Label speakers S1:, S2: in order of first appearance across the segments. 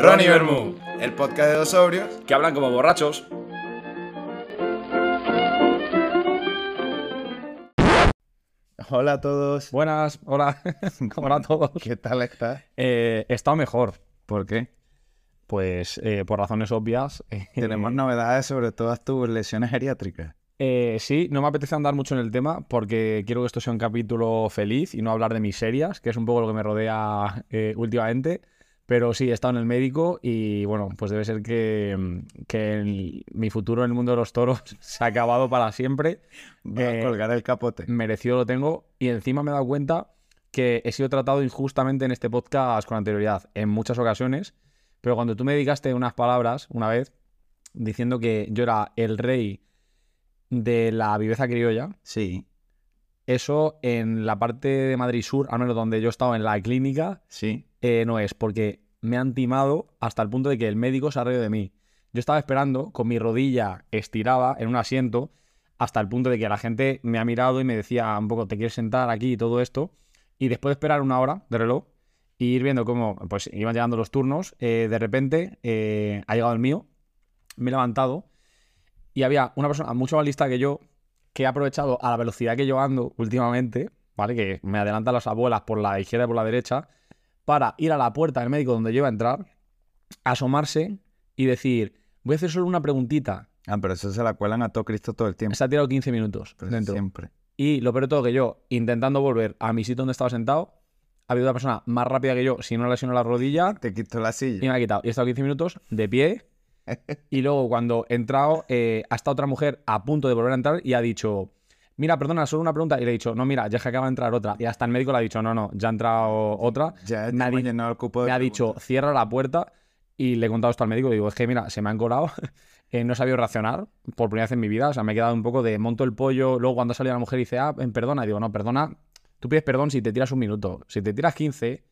S1: Ronnie Bermú,
S2: el podcast de dos sobrios.
S1: que hablan como borrachos.
S2: Hola a todos.
S3: Buenas, hola, hola a todos.
S2: ¿Qué tal estás?
S3: Eh, he estado mejor,
S2: ¿Por qué?
S3: pues eh, por razones obvias. eh,
S2: Tenemos novedades sobre todas tus lesiones geriátricas.
S3: eh, sí, no me apetece andar mucho en el tema porque quiero que esto sea un capítulo feliz y no hablar de miserias, que es un poco lo que me rodea eh, últimamente. Pero sí, he estado en el médico y bueno, pues debe ser que, mm, que el- mi futuro en el mundo de los toros se ha acabado para siempre.
S2: Va
S3: Eh,
S2: a colgar el capote.
S3: merecido lo tengo. Y encima me he dado cuenta que he sido tratado injustamente en este podcast con anterioridad, en muchas ocasiones. Pero cuando tú me dedicaste unas palabras una vez diciendo que yo era el rey de la viveza criolla,
S2: Sí,
S3: eso en la parte de Madrid Sur, al menos donde yo estaba en la clínica,
S2: sí.
S3: eh, no es, porque me han timado hasta el punto de que el médico se ha reído de mí. Yo estaba esperando con mi rodilla estirada en un asiento hasta el punto de que la gente me ha mirado y me decía un poco, ¿te quieres sentar aquí y todo esto? Y después de esperar una hora de reloj y ir viendo cómo pues, iban llegando los turnos, eh, de repente eh, ha llegado el mío, me he levantado y había una persona mucho más lista que yo que ha aprovechado a la velocidad que yo ando últimamente, ¿vale? Que me adelantan las abuelas por la izquierda y por la derecha, para ir a la puerta del médico donde yo iba a entrar, asomarse y decir, voy a hacer solo una preguntita.
S2: Ah, pero eso se la cuelan a todo Cristo todo el tiempo.
S3: Se ha tirado 15 minutos
S2: Pero
S3: dentro.
S2: Pues Siempre.
S3: Y lo peor de todo que yo, intentando volver a mi sitio donde estaba sentado, ha habido una persona más rápida que yo, si no lesionó la rodilla,
S2: Te quito la
S3: y
S2: silla.
S3: me ha quitado. Y he estado 15 minutos de pie. Y luego cuando he entrado, eh, ha estado otra mujer a punto de volver a entrar y ha dicho, mira, perdona, solo una pregunta. Y le he dicho, no, mira, ya es que acaba de entrar otra. Y hasta el médico le ha dicho, no, no, ya ha entrado otra.
S2: Ya
S3: me ha
S2: hemos
S3: di-
S2: llenado el cupo de
S3: me ha
S2: preguntas.
S3: dicho, cierra la puerta. Y le he contado esto al médico. Le digo, es que mira, se me han colado. eh, no he sabido reaccionar por primera vez en mi vida. O sea, me he quedado un poco de monto el pollo. Luego, cuando ha salido la mujer, dice, ah, em, perdona. Y digo, no, perdona. Tú pides perdón si te tiras un minuto. Si te tiras 15,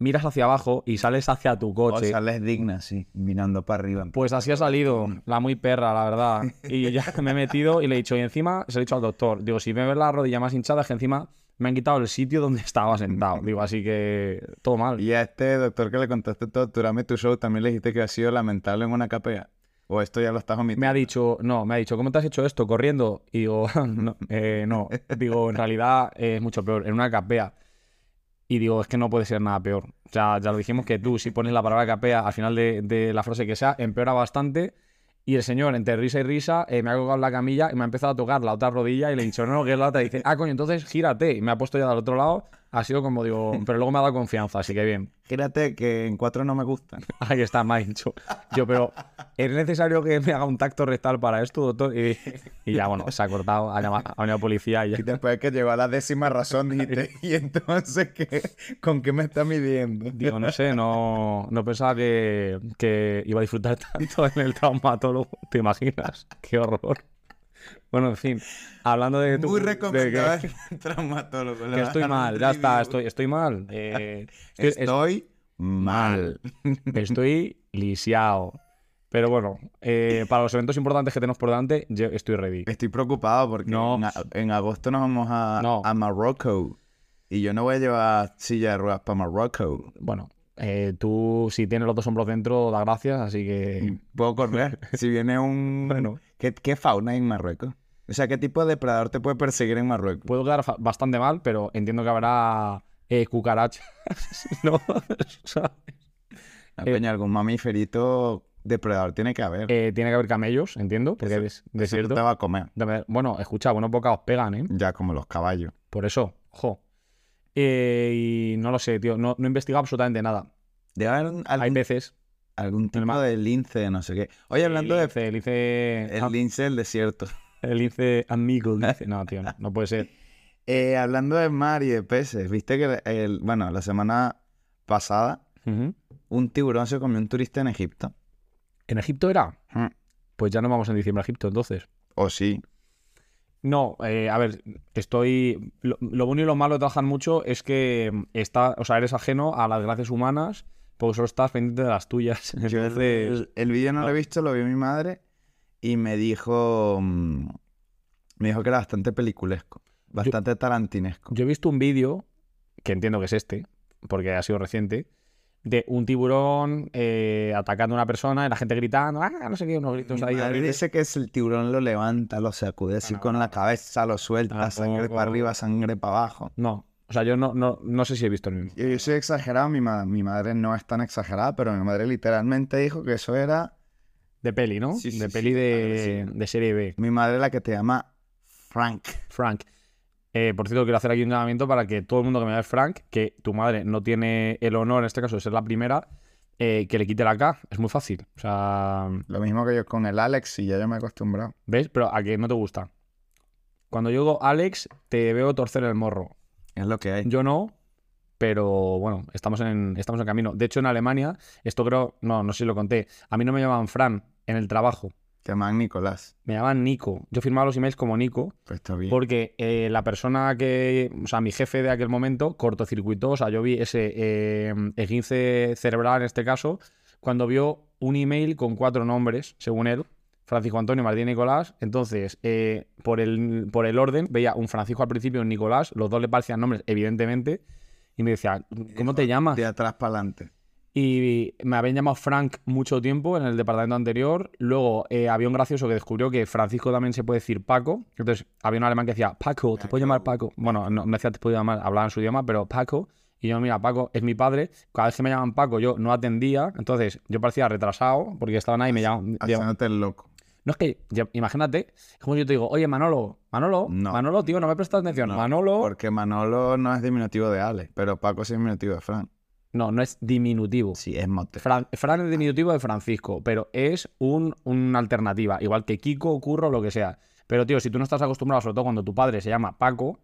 S3: miras hacia abajo y sales hacia tu
S2: O
S3: coche.
S2: sales digna, sí, mirando para arriba.
S3: Pues así ha salido, la muy perra, la verdad. Y ya me he metido y le he dicho, y encima se lo he dicho al doctor, digo, si me ves la rodilla más hinchada, es que encima me han quitado el sitio donde estaba sentado. Digo, así que todo mal.
S2: Y a este doctor que le contaste todo, tu drama y tu show, también le dijiste que ha sido lamentable en una capea. O esto ya lo estás omitiendo.
S3: Me ha dicho, no, me ha dicho, ¿cómo te has hecho esto? ¿Corriendo? Y digo, no, eh, no. Digo, en realidad eh, es mucho peor, en una capea. Y digo, es que no puede ser nada peor. O sea, ya lo dijimos que tú, si pones la palabra capea al final de, de la frase que sea, empeora bastante. Y el señor, entre risa y risa, eh, me ha colgado en la camilla y me ha empezado a tocar la otra rodilla y le he dicho, no, que es la otra. Y dice, ah, coño, entonces gírate. Y me ha puesto ya del otro lado. Ha sido como digo, pero luego me ha dado confianza, así que bien.
S2: Gírate que en cuatro no me gustan.
S3: Ahí está, me ha dicho. Yo, pero ¿es necesario que me haga un tacto rectal para esto, doctor? Y, y ya, bueno, se ha cortado, ha llamado a la policía y ya.
S2: Y después que llegó a la décima razón, dijiste, ¿y entonces qué? ¿Con qué me está midiendo?
S3: Digo, no sé, no, no pensaba que, que iba a disfrutar tanto en el traumatólogo, ¿te imaginas? Qué horror. Bueno, en fin, hablando de... tu-
S2: Muy
S3: de
S2: recomendable traumatólogo.
S3: que,
S2: le vas
S3: que
S2: a
S3: estoy
S2: dar un
S3: mal, ya está,
S2: review.
S3: estoy, estoy mal. eh, estoy,
S2: Estoy, mal.
S3: estoy lisiado. Pero bueno, eh, para los eventos importantes que tenemos por delante, yo estoy ready.
S2: Estoy preocupado porque
S3: No.
S2: en, a- en agosto nos vamos a,
S3: No.
S2: a Marruecos. Y yo no voy a llevar silla de ruedas para Marruecos.
S3: Bueno, eh, tú si tienes los dos hombros dentro, da gracias, así que...
S2: Puedo correr. si viene un.
S3: Mm. Bueno.
S2: ¿Qué, qué fauna hay en Marruecos? O sea, ¿qué tipo de depredador te puede perseguir en Marruecos?
S3: Puedo quedar fa- bastante mal, pero entiendo que habrá eh, cucarachas, ¿no? ¿Sabes?
S2: Ah,
S3: eh,
S2: coño, algún mamíferito depredador tiene que haber.
S3: Eh, tiene que haber camellos, entiendo, porque
S2: Eso-
S3: es
S2: Eso no
S3: desierto.
S2: te va a comer.
S3: Dame- Bueno, escucha, buenos bocados pegan, ¿eh?
S2: Ya como los caballos.
S3: Por eso, ojo. Eh, y no lo sé, tío, no, no he investigado absolutamente nada.
S2: Debe haber un-
S3: Hay
S2: algún,
S3: veces...
S2: algún
S3: el
S2: tipo
S3: mar.
S2: de lince, no sé qué. Oye, hablando
S3: el
S2: de
S3: lince, el lince...
S2: el
S3: am-
S2: lince del desierto.
S3: El lince amigo, dice. No, tío, no, no puede ser.
S2: Eh, hablando de mar y de peces, viste que el, bueno, la semana pasada
S3: Ujú.
S2: un tiburón se comió un turista en Egipto.
S3: ¿En Egipto era?
S2: Mm.
S3: Pues ya no vamos en diciembre a Egipto, entonces.
S2: O sí.
S3: No, eh, a ver, estoy. Lo, lo bueno y lo malo de trabajar mucho es que mm, está, o sea, eres ajeno a las gracias humanas, porque solo estás pendiente de las tuyas.
S2: Yo el,
S3: Entonces,
S2: el- ah. el vídeo no lo he visto, lo vio mi madre y me dijo. mm, Me dijo que era bastante peliculesco, bastante tarantinesco.
S3: yo he visto un vídeo, que entiendo que es este, porque ha sido reciente, de un tiburón eh, atacando a una persona y la gente gritando, ah, no sé qué, unos gritos
S2: Mi
S3: ahí.
S2: madre
S3: horribles.
S2: dice que si el tiburón lo levanta, lo sacude así
S3: no,
S2: con la cabeza, lo suelta, sangre
S3: Tampoco.
S2: para arriba, sangre para abajo.
S3: No, o sea, yo no, no, no sé si he visto el mismo.
S2: Yo, yo soy exagerado, mi, ma- mi madre no es tan exagerada, pero mi madre literalmente dijo que eso era
S3: De peli, ¿no?
S1: Sí, sí,
S3: de
S1: sí,
S3: peli de,
S1: agresivo.
S3: de serie B.
S2: mi madre la que te llama Frank.
S3: Frank. Eh, por cierto, quiero hacer aquí un llamamiento para que todo el mundo que me vea es Frank, que tu madre no tiene el honor, en este caso, de ser la primera, eh, que le quite la K. Es muy fácil. O sea,
S2: Lo mismo que yo con el Alex y ya yo me he acostumbrado.
S3: ¿ves? Pero a que no te gusta. Cuando yo digo Alex, te veo torcer el morro.
S2: Es lo que hay.
S3: Yo no, pero bueno, estamos en, estamos en camino. De hecho, en Alemania, esto creo, no, no sé si lo conté, a mí no me llamaban Fran en el trabajo,
S2: Te llaman Nicolás.
S3: me llamaban Nico. Yo firmaba los emails como Nico
S2: Pues está bien.
S3: porque eh, la persona que, o sea, mi jefe de aquel momento, cortocircuitó, o sea, yo vi ese eh, esguince cerebral en este caso, cuando vio un email con cuatro nombres, según él, Francisco Antonio, Martín Nicolás, entonces, eh, por, el, por el orden, veía un Francisco al principio y un Nicolás, los dos le parecían nombres, evidentemente, y me decía, ¿cómo te llamas?
S2: De atrás para adelante.
S3: Y me habían llamado Frank mucho tiempo en el departamento anterior. Luego eh, había un gracioso que descubrió que Francisco también se puede decir Paco. Entonces había un alemán que decía Paco, te puedo llamar Paco. Bueno, no, no decía te puedo llamar, hablaba en su idioma, pero Paco. Y yo, mira, Paco es mi padre. Cada vez que me llaman Paco, yo no atendía. Entonces yo parecía retrasado porque estaban ahí y me llamaban.
S2: Haciéndote el loco.
S3: No es que, ya- imagínate, es como si yo te digo, oye, Manolo, Manolo,
S2: No.
S3: Manolo, tío, no me prestas atención.
S2: No,
S3: Manolo,
S2: Porque Manolo no es diminutivo de Alex, pero Paco sí es diminutivo de Frank.
S3: no, no es diminutivo.
S2: Sí, es mote.
S3: Fran, Fran es diminutivo de Francisco, pero es un, una alternativa, igual que Kiko, Curro, lo que sea. Pero, tío, si tú no estás acostumbrado, sobre todo cuando tu padre se llama Paco,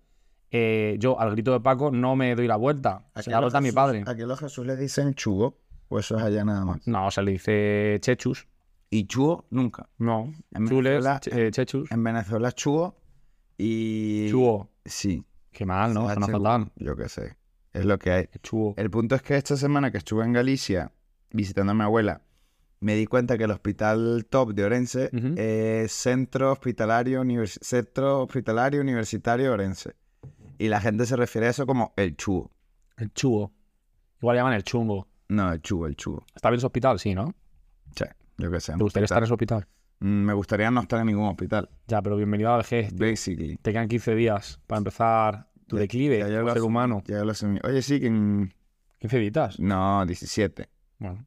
S3: eh, yo al grito de Paco no me doy la vuelta. Se la
S2: los
S3: vuelta a mi
S2: Jesús-
S3: padre.
S2: Aquí los Jesús le dicen chugo, o eso es allá nada más.
S3: No, se le dice Chechus.
S2: Y chugo nunca.
S3: No.
S2: En
S3: Chules,
S2: Venezuela-
S3: che- eh, Chechus.
S2: En Venezuela es chugo y...
S3: Chuo.
S2: Sí.
S3: Qué mal, ¿no? Suena
S2: CHU,
S3: fatal.
S2: Yo qué sé. Es lo que hay.
S3: Chuo.
S2: El punto es que esta semana que estuve en Galicia visitando a mi abuela, me di cuenta que el hospital top de Orense
S3: Ujú.
S2: es centro hospitalario, Univers- centro hospitalario universitario de Orense. Y la gente se refiere a eso como el chugo.
S3: El chuo. Igual le llaman el chungo.
S2: No, el chugo, el chugo.
S3: ¿Está bien su hospital? Sí, ¿no?
S2: Sí, yo qué sé.
S3: ¿Te gustaría estar en
S2: hospital.
S3: su hospital?
S2: Mm, Me gustaría no estar en ningún hospital,
S3: Ya, pero bienvenido a la vejez.
S2: basically.
S3: Te quedan 15 días para empezar tu
S2: Ya-
S3: declive
S2: ya yo
S3: como
S2: lo
S3: ser
S2: asumí.
S3: humano.
S2: Ya lo asumí. Oye, sí, que en-
S3: 15 días.
S2: No, 17.
S3: Bueno,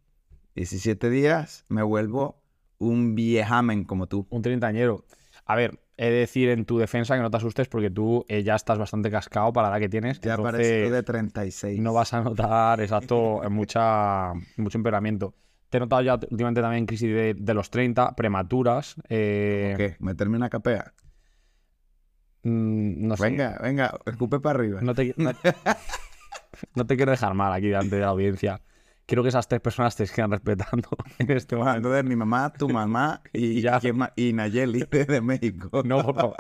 S2: 17 días me vuelvo un viejamen como tú.
S3: un treintañero. A ver, he de decir en tu defensa que no te asustes porque tú eh, ya estás bastante cascado para la edad que tienes.
S2: Ya parezco
S3: entonces
S2: de 36.
S3: no vas a notar, exacto, eh, mucha, mucho empeoramiento. Te he notado ya últimamente también crisis de, de los 30, prematuras. eh,
S2: ¿Qué? ¿Meterme una capea?
S3: mm, no sé.
S2: Venga, venga, escupe para arriba.
S3: No te, no- no te quiero dejar mal aquí delante de la audiencia. Quiero que esas tres personas te sigan respetando en este
S2: Bueno,
S3: momento.
S2: entonces mi mamá, tu mamá y,
S3: Ya.
S2: ¿quién más? y Nayeli desde México.
S3: No, por favor.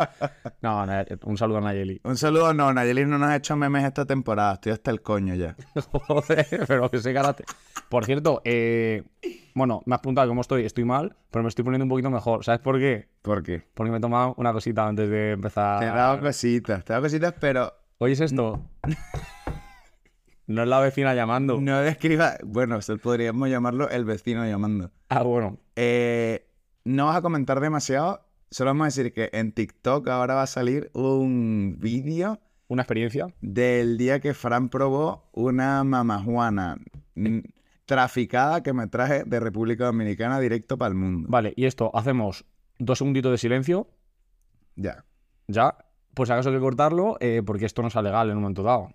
S3: No, no, un saludo a Nayeli.
S2: Un saludo, no, Nayeli no nos ha hecho memes esta temporada, estoy hasta el coño ya.
S3: Joder, pero que se karate. Por cierto, eh, bueno, me has preguntado cómo estoy. Estoy mal, pero me estoy poniendo un poquito mejor. ¿Sabes por qué?
S2: ¿Por qué?
S3: Porque me he tomado una cosita antes de
S2: Te he dado
S3: empezar.
S2: cositas, te he dado cositas, pero
S3: ¿Oyes esto? No es la vecina llamando.
S2: no describa, bueno, eso podríamos llamarlo el vecino llamando.
S3: Ah, bueno.
S2: Eh, no vas a comentar demasiado, solo vamos a decir que en TikTok ahora va a salir un vídeo
S3: Una experiencia.
S2: del día que Fran probó una mamajuana mm, traficada que me traje de República Dominicana directo para el mundo.
S3: Vale, y esto, hacemos dos segunditos de silencio.
S2: Ya.
S3: Ya. Pues acaso hay que cortarlo, eh, porque esto no es legal en un momento dado.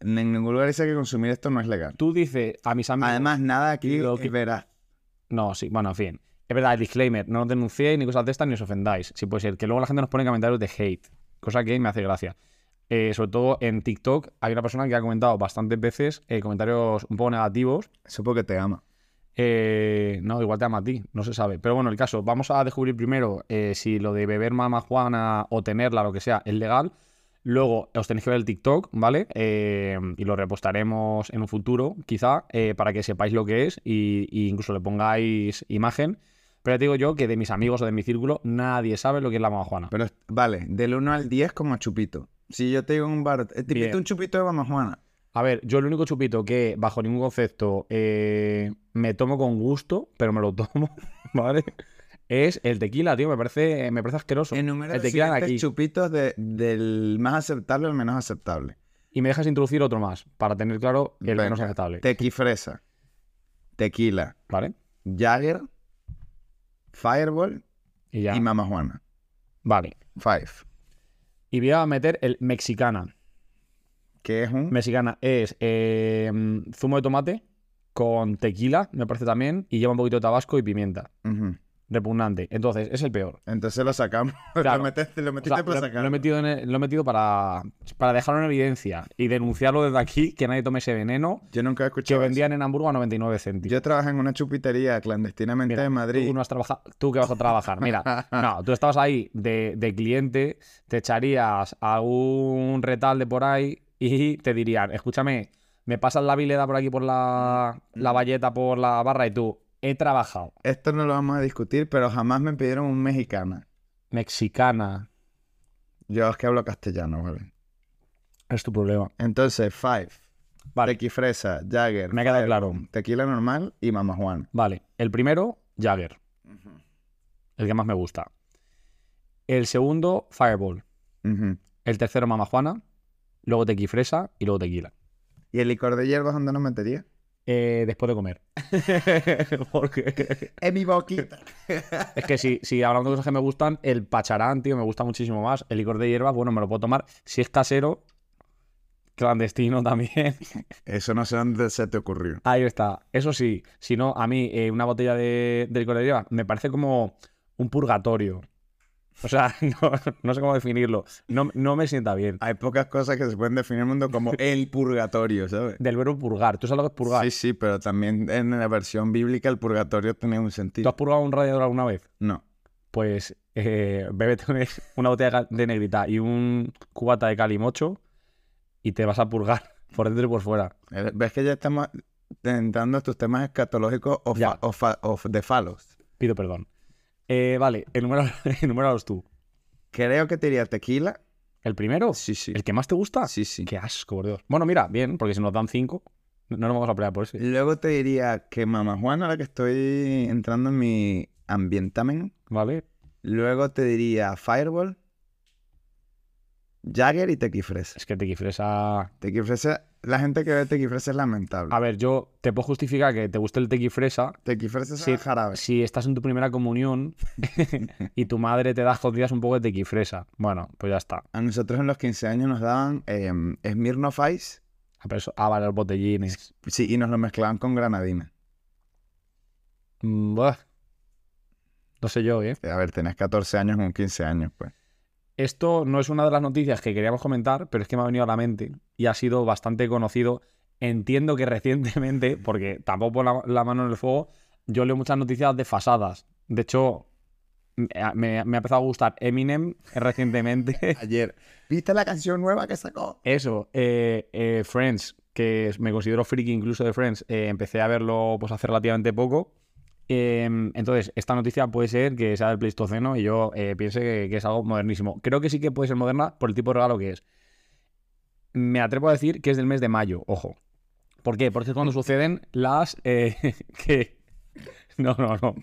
S2: En ningún lugar dice que consumir esto no es legal.
S3: Tú dices a mis amigos.
S2: Además, nada aquí
S3: Lo
S2: lo
S3: que-
S2: verás.
S3: No, sí, bueno, en fin. Es verdad, el disclaimer, no nos denunciéis ni cosas de estas ni os ofendáis. Si puede ser, que luego la gente nos pone comentarios de hate, cosa que me hace gracia. Eh, sobre todo en TikTok hay una persona que ha comentado bastantes veces eh, comentarios un poco negativos.
S2: Eso porque te ama.
S3: Eh, no, igual te ama a ti, no se sabe. Pero bueno, el caso, vamos a descubrir primero eh, si lo de beber mamajuana o tenerla, lo que sea, es legal. Luego os tenéis que ver el TikTok, ¿vale? Eh, y lo repostaremos en un futuro, quizá, eh, para que sepáis lo que es y, y incluso le pongáis imagen. Pero ya te digo yo que de mis amigos o de mi círculo nadie sabe lo que es la mamajuana.
S2: Pero vale, del 1 al 10 como chupito. Si yo te digo en un bar, eh, te
S3: Bien.
S2: invito un chupito de mamajuana.
S3: A ver, yo el único chupito que, bajo ningún concepto, eh, me tomo con gusto, pero me lo tomo, ¿vale? Es el tequila, tío. Me parece, me parece asqueroso.
S2: El número
S3: el
S2: de
S3: tequila de
S2: siguientes
S3: aquí.
S2: chupitos de- del más aceptable al menos aceptable.
S3: Y me dejas introducir otro más, para tener claro el menos
S2: Venga,
S3: aceptable.
S2: Tequifresa. Tequila.
S3: ¿Vale?
S2: Jagger. Fireball.
S3: Y ya.
S2: Y Mama Juana.
S3: Vale.
S2: Five.
S3: Y voy a meter el mexicana.
S2: Que es un...
S3: Mexicana es eh, mm, zumo de tomate con tequila, me parece también, y lleva un poquito de tabasco y pimienta.
S2: Ujú.
S3: Repugnante. Entonces, es el peor.
S2: Entonces lo sacamos.
S3: Claro.
S2: lo, metiste, lo
S3: O sea,
S2: metiste para
S3: lo,
S2: sacar.
S3: lo he metido, en el- lo he metido para, para dejarlo en evidencia y denunciarlo desde aquí, que nadie tome ese veneno
S2: Yo nunca he
S3: que
S2: escuchado eso.
S3: vendían en Hamburgo a 99 céntimos.
S2: Yo trabajé en una chupitería clandestinamente
S3: Mira,
S2: en Madrid.
S3: Tú, no has trabaja- tú que vas a trabajar. Mira, no, tú estabas ahí de, de cliente, te echarías a un retalde por ahí y te dirían, escúchame, me pasas la vileda por aquí por la,
S2: Mm.
S3: la valleta, por la barra y tú, he trabajado.
S2: Esto no lo vamos a discutir, pero jamás me pidieron un mexicana.
S3: Mexicana,
S2: Yo es que hablo castellano, ¿vale?
S3: es tu problema.
S2: Entonces, Five,
S3: Vale,
S2: Tequifresa, Jagger,
S3: me ha quedado
S2: Fireball,
S3: claro.
S2: Tequila normal y Mama Juan.
S3: Vale, el primero, Jagger. El que más me gusta. El segundo, Fireball.
S2: Ujú.
S3: El tercero, Mama Juana. Luego tequifresa y luego tequila.
S2: ¿Y el licor de hierbas dónde nos metería?
S3: Eh, después de comer. Porque.
S2: En mi boquita.
S3: Es que si, si hablamos de cosas que me gustan, el pacharán, tío, me gusta muchísimo más. El licor de hierbas, bueno, me lo puedo tomar. Si es casero, clandestino también.
S2: Eso no sé dónde se te ocurrió.
S3: Ahí está. Eso sí, si no, a mí eh, una botella de, de licor de hierbas me parece como un purgatorio. O sea, no, no sé cómo definirlo. No, no me sienta bien.
S2: Hay pocas cosas que se pueden definir en el mundo como el purgatorio, ¿sabes?
S3: Del verbo purgar. ¿Tú sabes lo que es purgar?
S2: Sí, sí, pero también en la versión bíblica el purgatorio tiene un
S3: ¿Tú has
S2: sentido.
S3: purgado un radiador alguna vez?
S2: No.
S3: Pues eh, bébete una- una botella de ga- de negrita y un cubata de calimocho y te vas a purgar por dentro y por fuera.
S2: Eh, ¿Ves que ya estamos entrando a tus temas escatológicos o, fa-
S3: Ya.
S2: o fa- o f- de falos?
S3: Pido perdón. Eh, vale, enumera- enuméralos tú.
S2: Creo que te diría tequila.
S3: ¿El primero?
S2: Sí, sí.
S3: Oh, ¿El que más te gusta?
S2: Sí, sí.
S3: Qué asco, por Dios. Bueno, mira, bien, porque si nos dan cinco, no nos vamos a pelear por ese.
S2: Luego te diría que Mamá Juana, ahora que estoy entrando en mi ambientamen.
S3: ¿Vale?
S2: Luego te diría Fireball, Jagger y Tequifresa.
S3: Es que tequifresa...
S2: Tequifresa, la gente que ve Tequifresa es lamentable.
S3: A ver, yo te puedo justificar que te guste el tequifresa
S2: Tequifresa es
S3: Sí.
S2: jarabe.
S3: si estás en tu primera comunión y tu madre te da jodidas un poco de tequifresa. Bueno, pues ya está.
S2: A nosotros en los 15 años nos daban eh, Smirnoff Ice
S3: A perso- Ah, vale, los botellines.
S2: sí, y nos lo mezclaban con granadina.
S3: Mm, buah. No sé yo, ¿eh?
S2: A ver, tenés 14 años con 15 años, pues.
S3: Esto no es una de las noticias que queríamos comentar, pero es que me ha venido a la mente y ha sido bastante conocido. Entiendo que recientemente, porque tampoco pongo la, la mano en el fuego, yo leo muchas noticias desfasadas. De hecho, me, me- me ha empezado a gustar Eminem recientemente.
S2: Ayer, ¿viste la canción nueva que sacó?
S3: Eso, eh, eh, Friends, que es- me considero friki incluso de Friends, eh, empecé a verlo pues hace relativamente poco. Eh, entonces, esta noticia puede ser que sea del Pleistoceno y yo eh, piense que, que es algo modernísimo. Creo que sí que puede ser moderna por el tipo de regalo que es. Me atrevo a decir que es del mes de mayo, ojo. ¿Por qué? Porque es cuando suceden las... eh, que... No, no, no.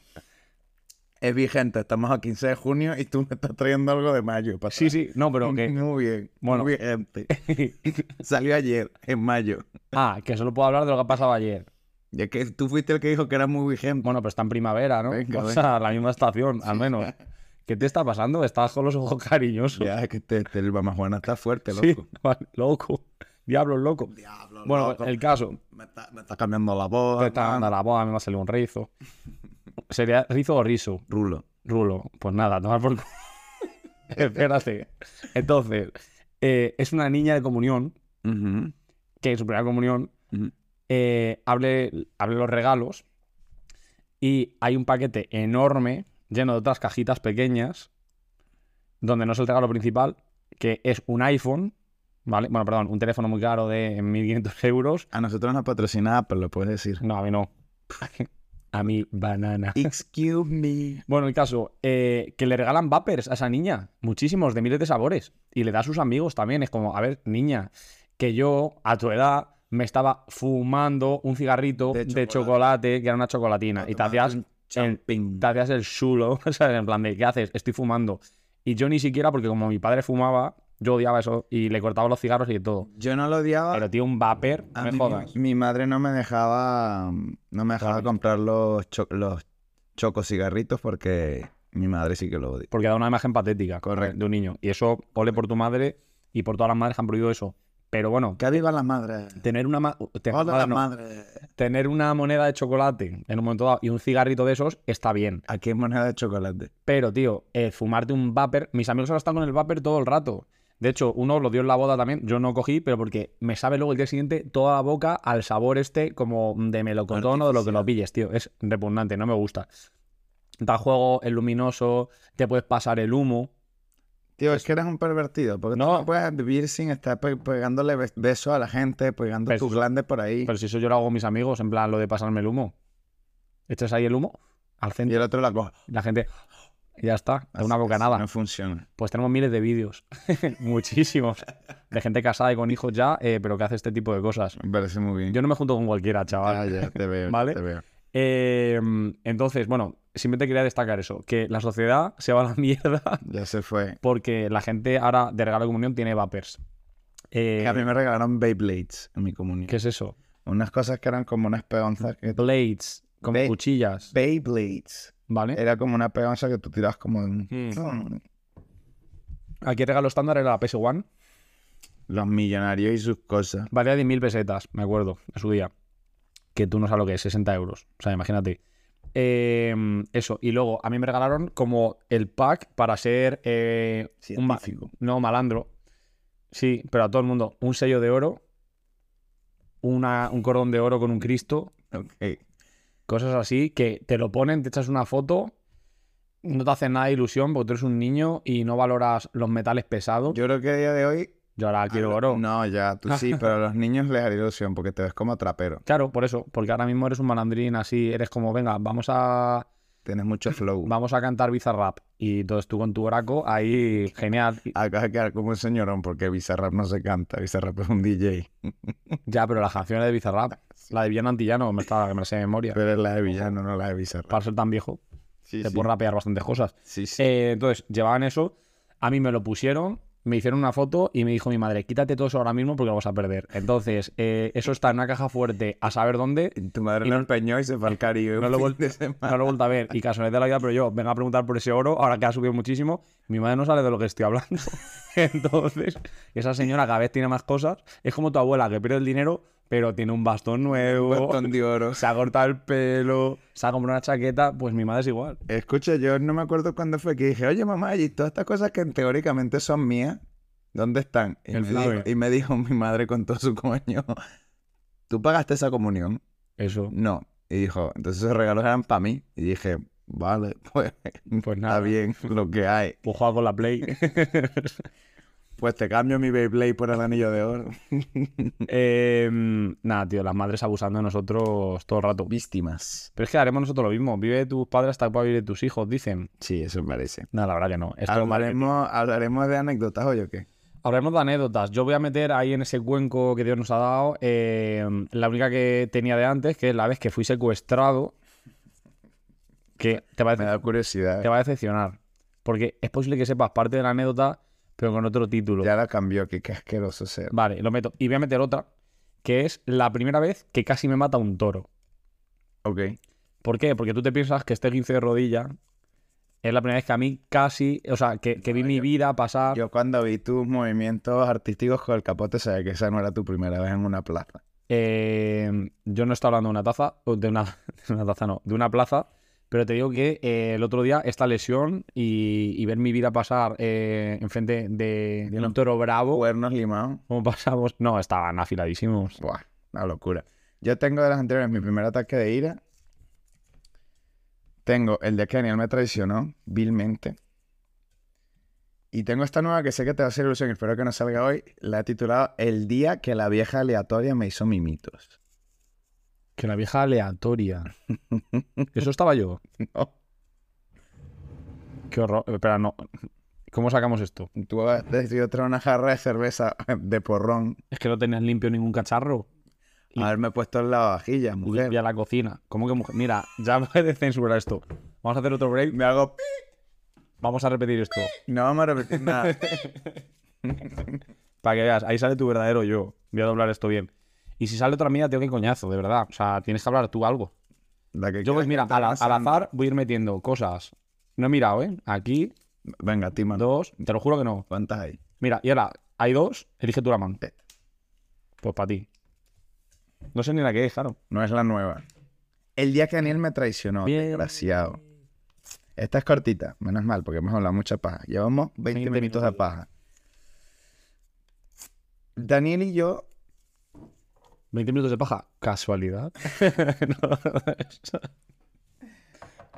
S2: Es vigente, estamos a 15 de junio y tú me estás trayendo algo de mayo. para
S3: Sí,
S2: atrás.
S3: sí, no, pero que...
S2: Muy bien,
S3: Bueno.
S2: muy vigente. Salió ayer, en mayo.
S3: Ah, que solo puedo hablar de lo que ha pasado ayer.
S2: Ya que tú fuiste el que dijo que era muy vigente.
S3: Bueno, pero está en primavera, ¿no?
S2: Venga,
S3: o sea, la misma estación, al menos. ¿Qué te está pasando? Estás con los ojos cariñosos.
S2: Ya, es que te, te- el Mama Juana está fuerte,
S3: Sí,
S2: loco.
S3: vale, loco. Diablo, loco.
S2: Diablo,
S3: bueno,
S2: loco.
S3: el caso.
S2: Me, está, me está cambiando la voz.
S3: Te está dando
S2: hermano.
S3: la voz, a mí me ha salido un rizo. ¿Sería rizo o rizo?
S2: Rulo.
S3: Rulo. Pues nada, tomar por culo. Espérate. Entonces, eh, es una niña de comunión
S2: Ujú,
S3: que en su primera comunión
S2: ujú.
S3: eh, abre, abre los regalos y hay un paquete enorme lleno de otras cajitas pequeñas donde no es el regalo principal, que es un iPhone, ¿vale? Bueno, perdón, un teléfono muy caro de 1.500 euros.
S2: A nosotros nos patrocina Apple, lo puedes decir.
S3: No, a mí no. A mí, banana.
S2: Excuse me.
S3: Bueno, el caso, eh, que le regalan vapers a esa niña, muchísimos, de miles de sabores, y le da a sus amigos también. Es como, a ver, niña, que yo a tu edad me estaba fumando un cigarrito
S2: De chocolate. Ah,
S3: de, chocolate, que era una chocolatina. Y te hacías, el, te hacías el chulo, ¿sabes? En plan de, ¿qué haces? Estoy fumando. Y yo ni siquiera, porque como mi padre fumaba, yo odiaba eso y le cortaba los cigarros y todo.
S2: Yo no lo odiaba.
S3: Pero tío, un vapor,
S2: A
S3: me
S2: mí
S3: jodas.
S2: Ah, Mi, mi madre no me dejaba, no me dejaba
S3: Claro.
S2: comprar los, cho- los chococigarritos porque mi madre sí que lo odia.
S3: Porque da una imagen patética
S2: Correcto.
S3: de un niño. Y eso, ole por tu madre y por todas las madres que han prohibido eso. Pero bueno,
S2: Que vivan las madres.
S3: tener una, ma- te-
S2: Hola,
S3: madre,
S2: las
S3: no.
S2: madres.
S3: tener una moneda de chocolate en un momento dado y un cigarrito de esos está bien.
S2: Aquí hay moneda de chocolate.
S3: Pero, tío, eh, fumarte un vapor. Mis amigos ahora están con el vapor todo el rato. De hecho, uno lo dio en la boda también. Yo no cogí, pero porque me sabe luego el día siguiente toda la boca al sabor este como de melocotón o de lo que lo pilles, tío. Es repugnante, no me gusta. Da juego, es luminoso, te puedes pasar el humo.
S2: Tío, es que eres un pervertido. Porque no,
S3: Pues No.
S2: no puedes vivir sin estar pe- pegándole bes- besos a la gente, pegando
S3: Pero
S2: tus
S3: eso-
S2: glandes por ahí.
S3: Pero si eso yo lo hago con mis amigos, en plan lo de pasarme el humo. Echas ahí el humo al
S2: Y
S3: centro.
S2: el otro la coge.
S3: y La gente. Ya está, de
S2: Así-
S3: una
S2: así
S3: bocanada.
S2: No funciona.
S3: Pues tenemos miles de vídeos, muchísimos, de gente casada y con hijos ya, eh, pero que hace este tipo de cosas.
S2: Me parece muy bien.
S3: Yo no me junto con cualquiera, chaval.
S2: Ah, ya, te veo.
S3: Vale.
S2: Te veo.
S3: Eh, entonces, bueno, simplemente quería destacar eso, que la sociedad se va a la mierda
S2: Ya se fue.
S3: porque la gente ahora de regalo de comunión tiene vapers. Eh,
S2: Que a mí me regalaron Beyblades en mi comunión.
S3: ¿Qué es eso?
S2: Unas cosas que eran como unas peonzas que...
S3: Blades, como
S2: Be-
S3: cuchillas,
S2: Beyblades.
S3: ¿vale?
S2: Era como una peonza que tú tirabas como en...
S3: Hmm. Aquí el regalo estándar era la PS1,
S2: Los millonarios y sus cosas.
S3: valía 10.000 pesetas, me acuerdo, en su día. Que tú no sabes lo que es, 60 euros. O sea, imagínate. Eh, eso, y luego a mí me regalaron como el pack para ser eh, un ma-
S2: Científico.
S3: no malandro. Sí, pero a todo el mundo. Un sello de oro, una, un cordón de oro con un Cristo,
S2: Ok.
S3: cosas así que te lo ponen, te echas una foto, no te hace nada de ilusión porque tú eres un niño y no valoras los metales pesados. Yo,
S2: Yo creo que a día de hoy...
S3: ahora quiero oro.
S2: No, ya, tú sí, pero a los niños les haría ilusión porque te ves como trapero.
S3: Claro, por eso, porque ahora mismo eres un malandrín así, eres como, venga, vamos a
S2: Tienes mucho flow.
S3: vamos a cantar bizarrap y entonces tú con tu oraco ahí genial. Y-
S2: Acabas de quedar como un señorón porque Bizarrap no se canta. Bizarrap es un DJ.
S3: Ya, pero las canciones de bizarrap, la de Villano Antillano me está que me la sé de memoria.
S2: Pero es la de villano, no la de Bizarrap.
S3: Para ser tan viejo,
S2: Sí,
S3: te
S2: sí.
S3: puedo rapear bastantes cosas.
S2: Sí, sí.
S3: Eh, entonces, llevaban eso, a mí me lo pusieron, me hicieron una foto y me dijo mi madre, quítate todo eso ahora mismo porque lo vas a perder. Entonces, eh, eso está en una caja fuerte a saber dónde,
S2: tu madre
S3: y
S2: lo
S3: no-
S2: empeñó y se fue al Caribe.
S3: no
S2: un
S3: lo
S2: fin
S3: vol-
S2: de semana.
S3: no lo he vuelto a ver. Y casualidad de la vida, pero yo venga a preguntar por ese oro, ahora que ha subido muchísimo, mi madre no sabe de lo que estoy hablando. Entonces, esa señora cada vez tiene más cosas, es como tu abuela que pierde el dinero, pero tiene un bastón nuevo,
S2: Un montón de oro.
S3: se ha cortado el pelo, se ha comprado una chaqueta, pues mi madre es igual.
S2: Escucha, yo no me acuerdo cuándo fue que dije, oye mamá, y todas estas cosas que teóricamente son mías, ¿dónde están? Y,
S3: El eh.
S2: me dijo,
S3: Flavio.
S2: y me dijo mi madre con todo su coño, ¿tú pagaste esa comunión?
S3: Eso,
S2: No. Y dijo, entonces esos regalos eran para mí. Y dije, vale, pues
S3: pues
S2: está
S3: nada.
S2: bien lo que hay.
S3: Pues juega con la Play.
S2: Pues te cambio mi Beyblade por el anillo de oro.
S3: Eh, nada, tío, las madres abusando de nosotros todo el rato.
S2: Víctimas.
S3: Pero es que haremos nosotros lo mismo. Vive de tus padres hasta que pueda vivir de tus hijos, dicen.
S2: Sí, eso me parece.
S3: Nada, la verdad que no. Esto es marketing.
S2: Hablaremos, hablaremos de anécdotas, oye, ¿o qué?
S3: Hablaremos de anécdotas. Yo voy a meter ahí en ese cuenco que Dios nos ha dado eh, la única que tenía de antes, que es la vez que fui secuestrado. Que te va a,
S2: Me
S3: decep-
S2: da curiosidad.
S3: te va a decepcionar. Porque es posible que sepas parte de la anécdota, pero con otro título.
S2: Ya la cambió, que qué asqueroso ser.
S3: Vale, lo meto. Y voy a meter otra, que es la primera vez que casi me mata un toro.
S2: Ok.
S3: ¿Por qué? Porque tú te piensas que este 15 de rodilla es la primera vez que a mí casi, o sea, que, que vi mi vida pasar.
S2: Yo cuando vi tus movimientos artísticos con el capote sabía que esa no era tu primera vez en una plaza.
S3: Eh, yo no estoy hablando de una taza, o de una, de una taza no, de una plaza, pero te digo que eh, el otro día esta lesión y, y ver mi vida pasar eh, enfrente de, de un toro bravo,
S2: Cuernos limados.
S3: ¿cómo pasamos? No, estaban afiladísimos.
S2: Buah, una locura. Yo tengo de las anteriores mi primer ataque de ira. Tengo el de que Daniel me traicionó vilmente. Y tengo esta nueva que sé que te va a hacer ilusión y espero que no salga hoy. La he titulado El día que la vieja aleatoria me hizo mimitos.
S3: Que la vieja aleatoria. Eso estaba yo.
S2: No,
S3: Qué horror. Espera, no. ¿Cómo sacamos esto?
S2: tú has decidido traer una jarra de cerveza de porrón.
S3: Es que no tenías limpio ningún cacharro.
S2: Haberme puesto en la vajilla, mujer.
S3: Limpia la cocina. ¿Cómo que mujer? Mira, ya puedes censurar esto. Vamos a hacer otro break.
S2: Me hago pi.
S3: Vamos a repetir esto.
S2: No vamos a repetir nada.
S3: Para que veas, ahí sale tu verdadero yo. Voy a doblar esto bien. Y si sale otra mía, tío, qué coñazo, de verdad. O sea, tienes que hablar tú algo.
S2: La que
S3: Yo, pues
S2: quiera
S3: mira,
S2: que te
S3: al,
S2: pasen.
S3: al azar voy a ir metiendo cosas. No he mirado, ¿eh? Aquí,
S2: Venga, Timan.
S3: dos. Te lo juro que no.
S2: ¿Cuántas hay?
S3: Mira, y ahora, hay dos. Elige tú la mano.
S2: Eh.
S3: Pues para ti. No sé ni la que es, claro.
S2: No es la nueva. El día que Daniel me traicionó,
S3: Bien.
S2: desgraciado. Esta es cortita, menos mal, porque hemos hablado mucha paja. Llevamos 20,
S3: 20
S2: minutos de
S3: minutos.
S2: paja. Daniel y yo
S3: 20 minutos de paja. Casualidad.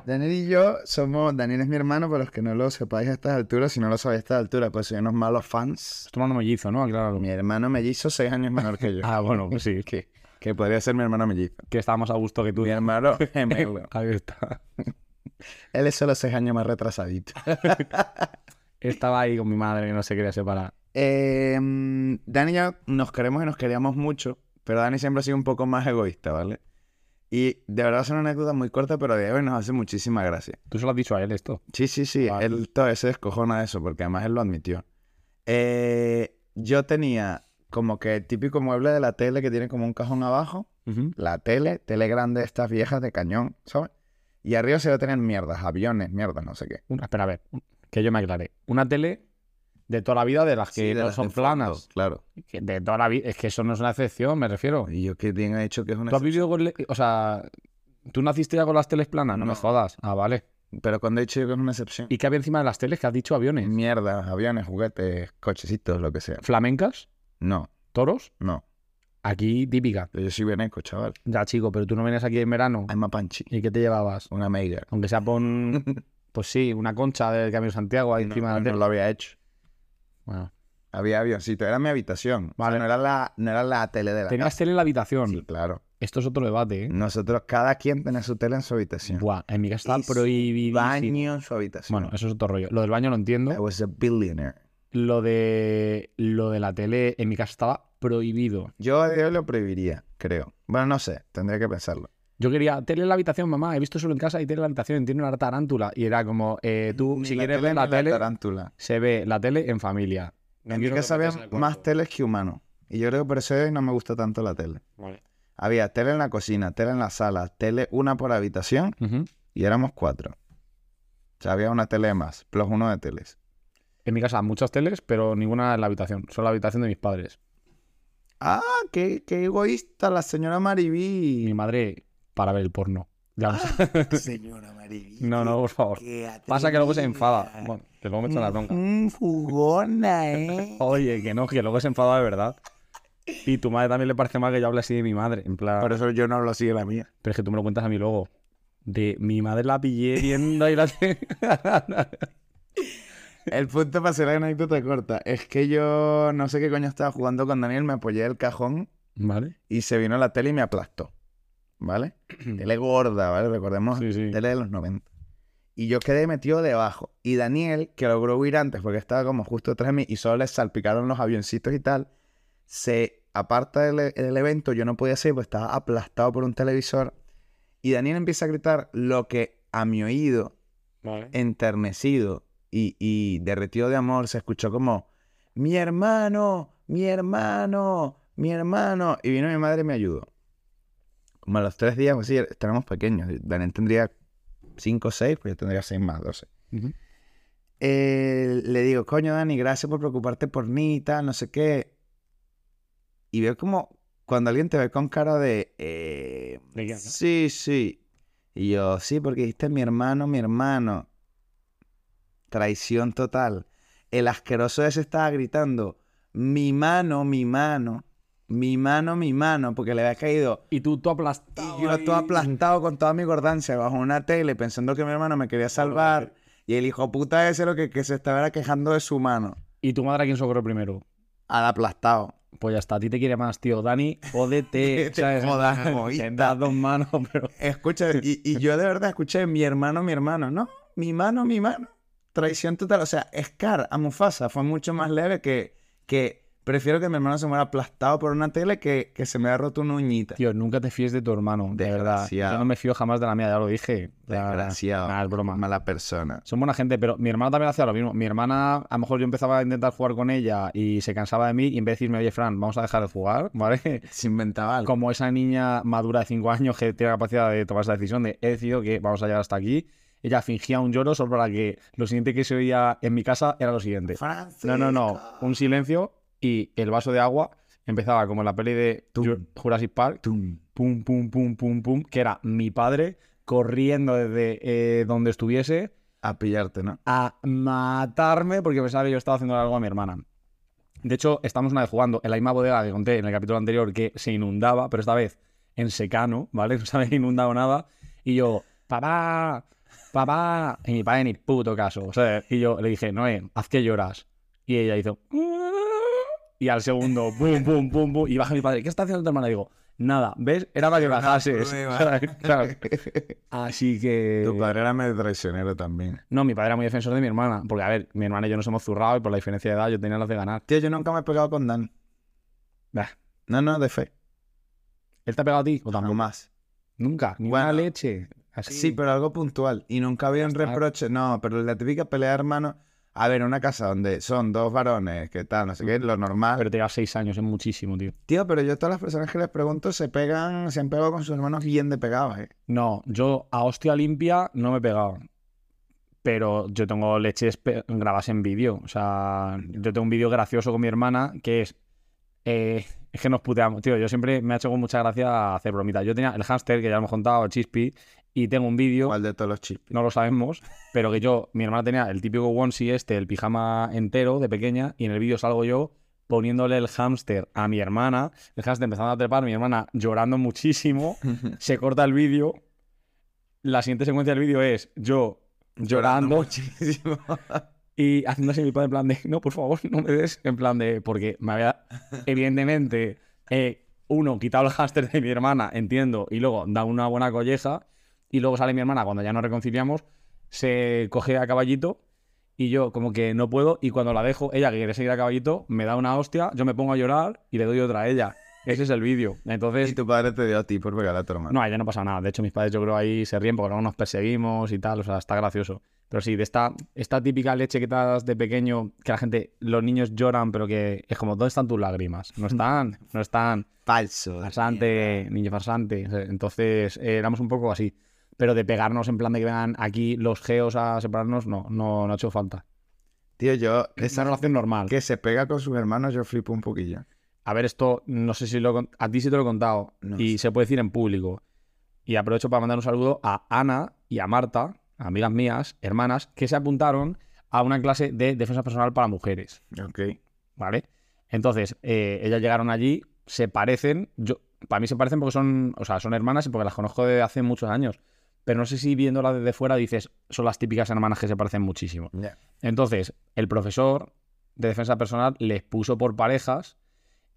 S2: Daniel y yo somos. Daniel es mi hermano, para los que no lo sepáis a estas alturas, si no lo sabéis a estas alturas, pues soy unos malos fans.
S3: Esto no mellizo, ¿no? Acláralo.
S2: Mi hermano mellizo, seis años menor que yo.
S3: Ah, bueno, pues sí.
S2: que, que podría ser mi hermano mellizo.
S3: Que estaba más a gusto que tú.
S2: Mi hermano gemelo.
S3: Ahí está.
S2: Él es solo seis años más retrasadito.
S3: Estaba ahí con mi madre que no se quería separar.
S2: Eh, mm, Dani y yo nos queremos y nos queríamos mucho, pero Dani siempre ha sido un poco más egoísta, ¿vale? Y de verdad es una anécdota muy corta, pero a día de hoy nos hace muchísima gracia.
S3: Tú se lo has dicho a él esto.
S2: Sí, sí, sí.
S3: Vale.
S2: Él todavía se descojona de eso, porque además él lo admitió. Eh, yo tenía como que el típico mueble de la tele que tiene como un cajón abajo. La tele, tele grande, de estas viejas de cañón, ¿sabes? Y arriba se va a tener mierdas, aviones, mierdas, no sé qué.
S3: Una- espera, a ver. Que yo me aclaré. Una tele de toda la vida de las que
S2: Sí, de
S3: no
S2: las de
S3: son
S2: fondo,
S3: planas.
S2: Claro.
S3: Que De toda la vida. Es que eso no es una excepción, me refiero.
S2: Y yo que bien ha dicho que es una...
S3: Tú has vivido con. le- O sea. Tú naciste ya con las teles planas, no, me
S2: No.
S3: jodas. Ah, vale.
S2: Pero cuando he dicho yo que es una excepción...
S3: ¿Y qué había encima de las teles que has dicho? Aviones.
S2: Mierdas, aviones, juguetes, cochecitos, lo que sea.
S3: Flamencas,
S2: No,
S3: toros.
S2: no.
S3: Aquí típica.
S2: Yo soy veneco, chaval.
S3: Ya, chico, pero tú no venías aquí en verano.
S2: I'm a panchi.
S3: ¿Y qué te llevabas?
S2: Una meiga.
S3: Aunque sea pon. Pues sí, una concha del Camino de Santiago ahí encima
S2: no,
S3: de la
S2: no
S3: tele.
S2: lo había hecho.
S3: Bueno.
S2: Había avioncito, era mi habitación. Vale. no, era la, no era la tele de la
S3: Tenías tele en la habitación.
S2: casa. Sí, claro.
S3: Esto es otro debate, ¿eh?
S2: Nosotros, cada quien tenía su tele en su habitación.
S3: Buah, en mi casa
S2: Y su
S3: está prohibido.
S2: Baño en su habitación.
S3: Bueno, eso es otro rollo. Lo del baño lo
S2: I
S3: entiendo.
S2: was a billionaire.
S3: Lo de lo de la tele en mi casa estaba prohibido.
S2: Yo a día de hoy lo prohibiría, creo. Bueno, no sé, tendría que pensarlo.
S3: Yo quería tele en la habitación, mamá. He visto solo en casa y tele en la habitación. Tiene una tarántula. Y era como, eh, tú,
S2: Ni
S3: si
S2: la
S3: quieres
S2: tele
S3: ver
S2: ni
S3: la tele,
S2: tarántula.
S3: se ve la tele en familia.
S2: En mi casa había más teles que humanos. Y yo creo que por eso hoy no me gusta tanto la tele. Había tele en la cocina, tele en la sala, tele una por habitación
S3: Ujú.
S2: y éramos cuatro. O sea, había una tele de más, plus uno de teles.
S3: En mi casa muchas teles, pero ninguna en la habitación. Solo la habitación de mis padres.
S2: Ah, qué, qué egoísta la señora Mariví.
S3: Y mi madre para ver el porno. Ya no sé.
S2: Ah. Señora Mariví.
S3: No, no, por favor. Pasa que luego se enfada. Bueno, que luego me echa la bronca.
S2: jugona, Mm, ¿eh?
S3: Oye, que no, que luego se enfada de verdad. Y tu madre también le parece mal que yo hable así de mi madre. En plan,
S2: Por
S3: pero,
S2: eso yo no hablo así de la mía.
S3: es que tú me lo cuentas a mí luego. De mi madre la pillé viendo y la.
S2: El punto para hacer la anécdota corta es que yo no sé qué coño estaba jugando con Daniel, me apoyé el cajón
S3: ¿Vale?
S2: y se vino la tele y me aplastó. ¿Vale? Tele gorda, ¿vale? Recordemos,
S3: Sí, sí.
S2: tele de los 90. Y yo quedé metido debajo. Y Daniel, que logró huir antes porque estaba como justo detrás de mí y solo le salpicaron los avioncitos y tal, se aparta del, del evento. Yo no podía salir porque estaba aplastado por un televisor. Y Daniel empieza a gritar lo que a mi oído, enternecido y, y derretido de amor, se escuchó como: Mi hermano, mi hermano, mi hermano. Y vino mi madre y me ayudó como a los tres días, pues sí, estábamos pequeños. Daniel tendría cinco o seis, pues yo tendría seis más, doce.
S3: Ujú.
S2: Eh, le digo, coño, Dani, gracias por preocuparte por mí y tal, no sé qué. Y veo como cuando alguien te ve con cara de... eh,
S3: ¿De quién, no?
S2: Sí, sí. Y yo, sí, porque dijiste mi hermano, mi hermano. Traición total. El asqueroso ese estaba gritando, mi mano, mi mano, mi mano, mi mano, porque le había caído
S3: Y tú, tú
S2: y
S3: aplastado.
S2: yo
S3: ahí.
S2: todo aplastado con toda mi gordancia bajo una tele pensando que mi hermano me quería salvar. Y el hijo puta ese lo que, que se estaba era quejando de su mano.
S3: ¿Y tu madre a quién socorrió primero?
S2: Al aplastado.
S3: Pues ya está, a ti te quiere más, tío. Dani, jódete.
S2: Que te jodas, egoísta.
S3: Te das dos manos, pero.
S2: Escucha, y, y yo de verdad escuché mi hermano, mi hermano, ¿no? Mi mano, mi mano. Traición total. O sea, Scar a Mufasa fue mucho más leve que, que Prefiero que mi hermano se muera aplastado por una tele que, que se me haya roto una uñita.
S3: Tío, nunca te fíes de tu hermano, de verdad.
S2: Desgraciado.
S3: Yo no me fío jamás de la mía, ya lo dije. Ya-
S2: Desgraciado.
S3: Nada, es broma.
S2: Mala persona.
S3: Son buena gente, pero mi hermana también hacía lo mismo. Mi hermana, a lo mejor yo empezaba a intentar jugar con ella y se cansaba de mí y en vez de decirme, oye, Fran, vamos a dejar de jugar, ¿vale?
S2: Se inventaba algo.
S3: Como esa niña madura de 5 años que tiene la capacidad de tomar esa decisión de he decidido que vamos a llegar hasta aquí, ella fingía un lloro solo para que lo siguiente que se oía en mi casa era lo siguiente. No, no, no. Un silencio y el vaso de agua empezaba como en la peli de
S2: Tum.
S3: Ju- Jurassic Park.
S2: Tum.
S3: Pum, pum, pum, pum, pum. Que era mi padre corriendo desde eh, donde estuviese
S2: A pillarte, ¿no?
S3: a matarme porque pensaba que yo estaba haciendo algo a mi hermana. De hecho, estamos una vez jugando en la misma bodega que conté en el capítulo anterior que se inundaba, pero esta vez en secano, ¿vale? No se había inundado nada. Y yo, papá, papá. Y mi padre ni puto caso. O sea, y yo le dije, Noé, haz que lloras. Y ella hizo. Y al segundo, pum, pum, pum, pum. Y baja mi padre, ¿qué está haciendo tu hermana? Y digo, nada, ¿ves? Era para que bajases.
S2: prueba.
S3: ¿sabes? Claro. Así que.
S2: Tu padre era medio traicionero también.
S3: No, mi padre era muy defensor de mi hermana. Porque, a ver, mi hermana y yo nos hemos zurrado y por la diferencia de edad yo tenía las de ganar.
S2: Tío, yo nunca me he pegado con Dan.
S3: Bah,
S2: No, no, de fe.
S3: ¿Él te ha pegado a ti? ¿O tampoco?
S2: Jamás.
S3: Nunca. Ni
S2: Bueno.
S3: una leche. Así.
S2: Sí. pero algo puntual. Y nunca había un
S3: está.
S2: reproche. No, pero la típica pelea, hermano. A ver, una casa donde son dos varones, que tal, no sé qué, lo normal.
S3: Pero te llevas seis años, es muchísimo, tío.
S2: tío, pero yo a todas las personas que les pregunto se pegan, se han pegado con sus hermanos bien de pegados, ¿eh?
S3: No, yo a hostia limpia no me he pegado. Pero yo tengo leches pe- grabadas en vídeo. O sea, yo tengo un vídeo gracioso con mi hermana que es. eh, es que nos puteamos. Tío, yo siempre me ha hecho con mucha gracia hacer bromitas. Yo tenía el hámster, que ya lo hemos contado, el chispi, y tengo un vídeo.
S2: Igual de todos los chips.
S3: no lo sabemos, pero que yo, mi hermana tenía el típico onesie este, el pijama entero de pequeña, y en el vídeo salgo yo poniéndole el hámster a mi hermana, el hámster empezando a trepar, mi hermana llorando muchísimo, se corta el vídeo, la siguiente secuencia del vídeo es yo llorando
S2: muchísimo.
S3: y haciéndose mi padre en plan de, no, por favor, no me des, en plan de, porque me había, evidentemente, eh, uno, quitado el hámster de mi hermana, entiendo, y luego da una buena colleja, y luego sale mi hermana, cuando ya nos reconciliamos, se coge a caballito, y yo como que no puedo, y cuando la dejo, ella que quiere seguir a caballito, me da una hostia, yo me pongo a llorar y le doy otra a ella. Ese es el vídeo.
S2: y
S3: Entonces,
S2: tu padre te dio a ti por pegar a tu hermano.
S3: no, ahí ya no pasa nada. De hecho, mis padres yo creo ahí se ríen porque luego nos perseguimos y tal. O sea, está gracioso. Pero sí, de esta, esta típica leche que te das de pequeño, que la gente, los niños lloran, pero que es como, ¿dónde están tus lágrimas? No están, no están.
S2: Falso.
S3: Farsante, niño farsante. Entonces, eh, éramos un poco así. Pero de pegarnos en plan de que vengan aquí los geos a separarnos, no, no, no ha hecho falta.
S2: Tío, yo,
S3: Es una
S2: esa
S3: relación normal.
S2: que se pega con sus hermanos, yo flipo un poquillo.
S3: A ver, esto no sé si lo he con- a ti sí te lo he contado
S2: No
S3: y
S2: sé.
S3: se puede decir en público. Y aprovecho para mandar un saludo a Ana y a Marta, amigas mías, hermanas, que se apuntaron a una clase de defensa personal para mujeres.
S2: Ok.
S3: ¿vale? Entonces, eh, ellas llegaron allí, se parecen, yo, para mí se parecen porque son, o sea, son hermanas y porque las conozco de hace muchos años, pero no sé si viéndolas desde fuera dices, son las típicas hermanas que se parecen muchísimo.
S2: Ya.
S3: Entonces, el profesor de defensa personal les puso por parejas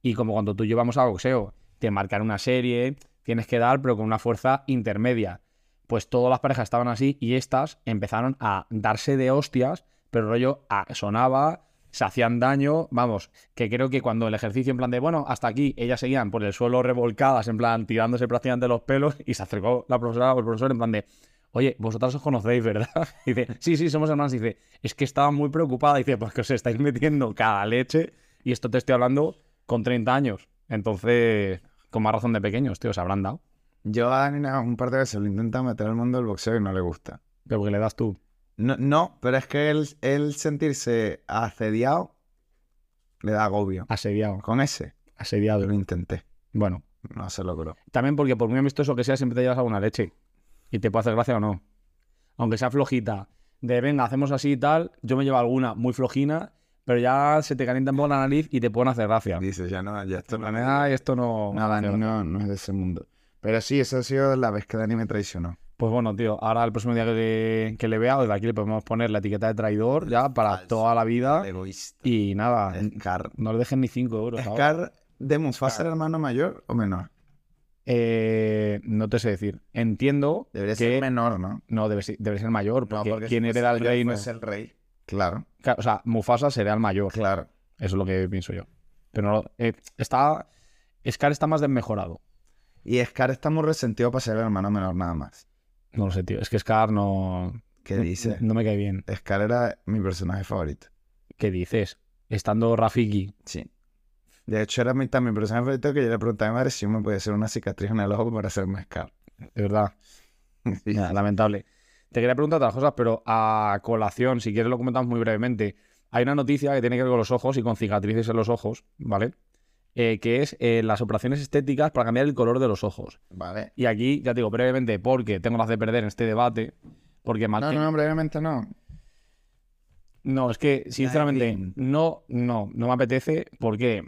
S3: y como cuando tú llevamos a boxeo, te marcan una serie, tienes que dar, pero con una fuerza intermedia. Pues todas las parejas estaban así y estas empezaron a darse de hostias, pero rollo a- sonaba, se hacían daño, vamos, que creo que cuando el ejercicio en plan de, bueno, hasta aquí, ellas seguían por el suelo revolcadas, en plan tirándose prácticamente los pelos y se acercó la profesora o el profesor en plan de, Oye, vosotras os conocéis, ¿verdad? Dice, sí, sí, somos hermanas. Dice, es que estaba muy preocupada. Dice, porque os estáis metiendo cada leche. Y esto te estoy hablando con 30 años. Entonces, con más razón de pequeños, tío, se habrán dado.
S2: Yo a Dani na- un par de veces lo intenta meter al mundo del boxeo y no le gusta.
S3: Pero porque le das tú.
S2: No, no pero es que él, él sentirse asediado le da agobio.
S3: Asediado.
S2: Con ese
S3: Asediado.
S2: lo intenté,
S3: Bueno,
S2: no se logró.
S3: también porque por muy amistoso que sea, siempre te llevas alguna leche. Y te puede hacer gracia o no. Aunque sea flojita. De, venga, hacemos así y tal. Yo me llevo alguna muy flojina. Pero ya se te calienta un poco la nariz y te pueden hacer gracia.
S2: Dice, ya no, ya esto no,
S3: Ah, esto no...
S2: no, Dani, no, no es de ese mundo. Pero sí, esa ha sido la vez que Dani me traicionó.
S3: Pues bueno, tío, ahora el próximo día que, que le vea, desde aquí le podemos poner la etiqueta de traidor ya para
S2: Falso.
S3: toda la vida.
S2: Egoísta.
S3: Y nada,
S2: Scar.
S3: no le dejen ni 5 euros. ¿sabes?
S2: Scar de Mufasa, el hermano mayor o menor.
S3: Eh, no te sé decir. Entiendo
S2: Debería
S3: que
S2: ser menor, ¿no?
S3: no debe ser, debe ser mayor, porque, quien
S2: si fuese
S3: hereda el
S2: rey,
S3: reino.
S2: fuese el rey. Claro,
S3: Claro, O sea, Mufasa será el mayor.
S2: claro.
S3: Eso es lo que pienso yo. Pero no, eh, está. Scar está más desmejorado.
S2: Y Scar está muy resentido para ser el hermano menor nada más.
S3: No lo sé, tío. Es que Scar no.
S2: ¿Qué dice?
S3: No me cae bien.
S2: Scar era mi personaje favorito.
S3: ¿Qué dices? Estando Rafiki.
S2: Sí. De hecho, era mi, tan mi personaje favorito que yo le pregunté a mi madre si yo me podía hacer una cicatriz en el ojo para hacerme Scar.
S3: De verdad.
S2: Sí.
S3: Nada, lamentable. Te quería preguntar otras cosas, pero a colación, si quieres lo comentamos muy brevemente. Hay una noticia que tiene que ver con los ojos y con cicatrices en los ojos, ¿vale? Eh, que es eh, las operaciones estéticas para cambiar el color de los ojos.
S2: Vale.
S3: Y aquí, ya te digo brevemente, porque tengo las de perder en este debate, porque
S2: No,
S3: Mate-
S2: no, brevemente no.
S3: No, es que sinceramente
S2: Divine.
S3: no, no, no me apetece. ¿Por qué?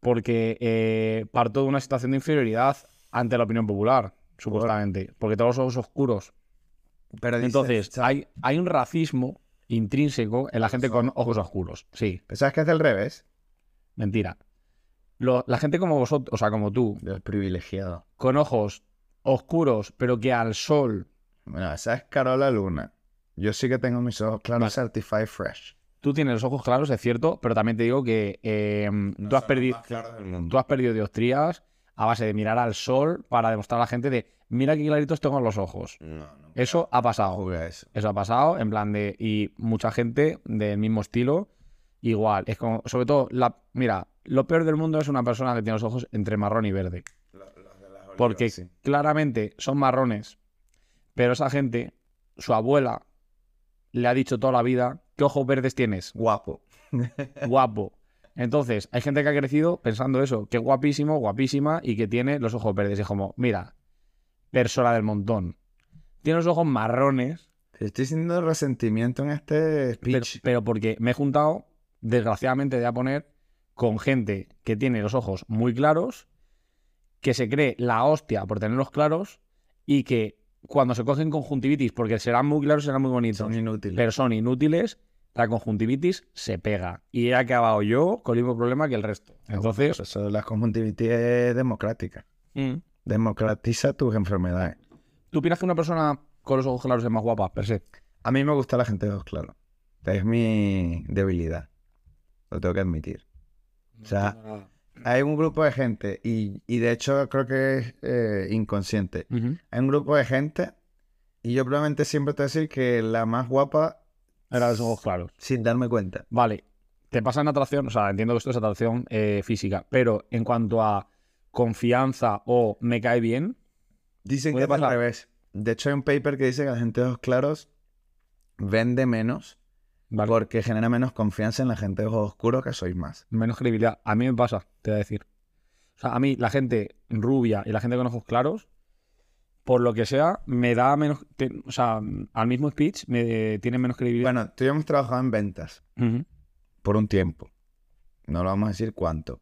S3: Porque eh, parto de una situación de inferioridad ante la opinión popular, supuestamente. Porque todos los ojos oscuros.
S2: Pero dices-
S3: Entonces, hay, hay un racismo intrínseco en la gente con ojos oscuros. Sí,
S2: ¿Pensabas Pues que es del revés?
S3: mentira. Lo- la gente como vosotros, o sea, como tú,
S2: Del privilegiado.
S3: con ojos oscuros, pero que al sol.
S2: Bueno, esa es Carola Luna. Yo sí que tengo mis ojos claros Certified Fresh.
S3: Tú tienes los ojos claros, es cierto, pero también te digo que eh, tú has perdido. tú has perdido dioptrías a base de mirar al sol para demostrar a la gente de mira qué claritos tengo en los ojos.
S2: No, no.
S3: Eso ha pasado.
S2: Juega eso.
S3: Eso ha pasado, en plan de. Y mucha gente del mismo estilo, igual. Es como, sobre todo, la, mira, lo peor del mundo es una persona que tiene los ojos entre marrón y verde. Porque
S2: sí.
S3: claramente son marrones, pero esa gente, su abuela, le ha dicho toda la vida: ¿Qué ojos verdes tienes?
S2: Guapo.
S3: guapo. Entonces, hay gente que ha crecido pensando eso, que guapísimo, guapísima y que tiene los ojos verdes. Y es como, mira, persona del montón. Tiene los ojos marrones,
S2: Estoy sintiendo resentimiento en este
S3: pero,
S2: speech.
S3: pero porque me he juntado, desgraciadamente, de a poner con gente que tiene los ojos muy claros, que se cree la hostia por tenerlos claros y que cuando se cogen conjuntivitis, porque serán muy claros, serán muy bonitos.
S2: Son inútiles.
S3: pero son inútiles, la conjuntivitis se pega. Y he acabado yo con el mismo problema que el resto.
S2: Ah,
S3: Entonces,
S2: Por eso la conjuntivitis es democrática. Democratiza tus enfermedades.
S3: ¿tú opinas que una persona con los ojos claros es más guapa, per se?
S2: A mí me gusta la gente de ojos claros. Es mi debilidad. Lo tengo que admitir. O sea, Hay un grupo de gente, y, y de hecho creo que es eh, inconsciente.
S3: Ujú.
S2: Hay un grupo de gente, y yo probablemente siempre te voy a decir que la más guapa
S3: Era los ojos claros.
S2: sin darme cuenta.
S3: Vale, te pasa en atracción, o sea, entiendo que esto es atracción eh, física, pero en cuanto a confianza o me cae bien,
S2: Dicen
S3: Puede
S2: que es al
S3: pasar.
S2: revés. De hecho, hay un paper que dice que la gente de ojos claros vende menos
S3: vale,
S2: porque genera menos confianza en la gente de ojos oscuros que sois más.
S3: menos credibilidad. A mí me pasa, te voy a decir. O sea, a mí la gente rubia y la gente con ojos claros, por lo que sea, me da menos... te- o sea, al mismo speech me tiene menos credibilidad.
S2: Bueno, tú y yo hemos trabajado en ventas
S3: Ujú.
S2: por un tiempo. No lo vamos a decir cuánto.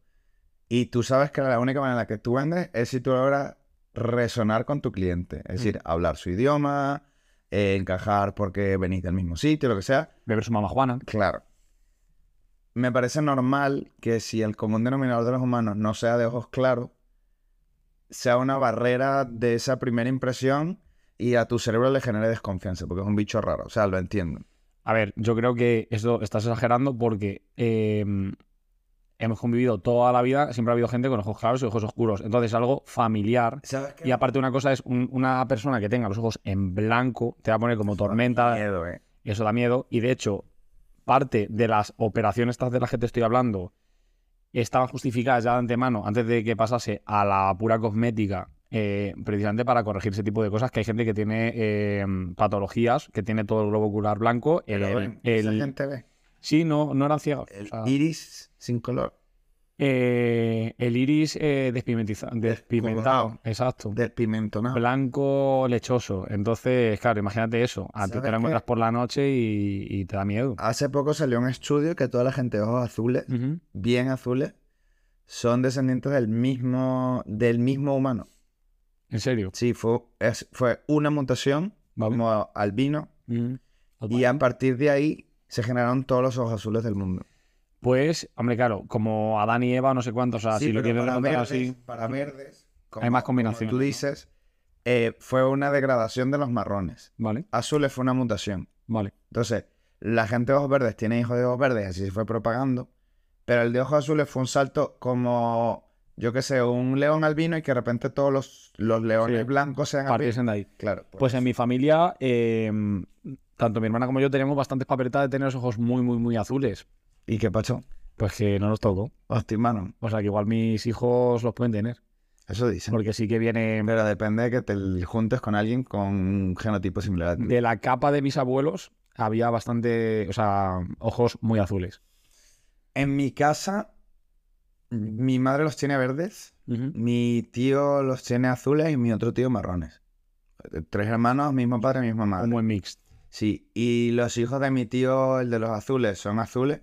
S2: Y tú sabes que la única manera en la que tú vendes es si tú logras resonar con tu cliente. Es decir, hablar su idioma, eh, encajar porque venís del mismo sitio, lo que sea.
S3: Beber su mamá Juana.
S2: Claro. Me parece normal que si el común denominador de los humanos no sea de ojos claros, sea una barrera de esa primera impresión y a tu cerebro le genere desconfianza, porque es un bicho raro. O sea, lo entiendo.
S3: A ver, yo creo que esto estás exagerando porque eh, hemos convivido toda la vida, siempre ha habido gente con ojos claros y ojos oscuros. Entonces, es algo familiar.
S2: ¿Sabes qué?
S3: Y aparte, una cosa es un- una persona que tenga los ojos en blanco, te va a poner como tormenta,
S2: Miedo, eh.
S3: eso da miedo. Y de hecho, parte de las operaciones estas de las que te estoy hablando estaban justificadas ya de antemano, antes de que pasase a la pura cosmética, eh, precisamente para corregir ese tipo de cosas, que hay gente que tiene eh, patologías, que tiene todo el globo ocular blanco, el,
S2: Pero
S3: el,
S2: bueno, esa
S3: el-
S2: gente ve. Ah.
S3: Sí, no, no eran ciegos.
S2: El
S3: O sea,
S2: iris sin color.
S3: eh, el iris eh, despimentiza- despimentado,
S2: Descolorado.
S3: exacto.
S2: Del pimentonado.
S3: Blanco lechoso. Entonces, claro, imagínate eso. A
S2: ¿Sabes
S3: ti te lo
S2: qué? Ah.
S3: encuentras por la noche y, y te da miedo.
S2: Hace poco salió un estudio que toda la gente de ojos azules,
S3: Ujú.
S2: bien azules, son descendientes del mismo, del mismo humano.
S3: En serio.
S2: Sí, fue, es- fue una mutación
S3: Vale.
S2: como albino
S3: Ujú.
S2: y a partir de ahí se generaron todos los ojos azules del mundo.
S3: Pues, hombre, claro, como Adán y Eva, no sé cuántos, o sea, si Ah, lo quieres
S2: para, eh,
S3: remontar
S2: verdes,
S3: así.
S2: para verdes, como,
S3: Hay más combinaciones,
S2: como
S3: ¿no?
S2: tú dices, eh, fue una degradación de los marrones.
S3: Vale,
S2: Azules fue una mutación.
S3: vale.
S2: Entonces, la gente de ojos verdes tiene hijos de ojos verdes, así se fue propagando. Pero el de ojos azules fue un salto como, yo qué sé, un león albino y que de repente todos los, los leones
S3: Sí.
S2: blancos sean albinos.
S3: Partiesen de ahí.
S2: Claro.
S3: Pues en mi familia, eh, tanto mi hermana como yo teníamos bastantes papeletas de tener los ojos muy, muy, muy azules.
S2: ¿Y qué pasó?
S3: Pues que no nos tocó.
S2: Hostia, mano.
S3: O sea, que igual mis hijos los pueden tener.
S2: Eso dicen.
S3: Porque sí que viene
S2: Pero depende de que te juntes con alguien con un genotipo similar a ti.
S3: de la capa de mis abuelos, había bastante, o sea, ojos muy azules.
S2: En mi casa, mi madre los tiene verdes, mi tío los tiene azules y mi otro tío marrones. Tres hermanos, mismo padre, misma madre.
S3: Un buen mix.
S2: Sí, y los hijos de mi tío, el de los azules, son azules.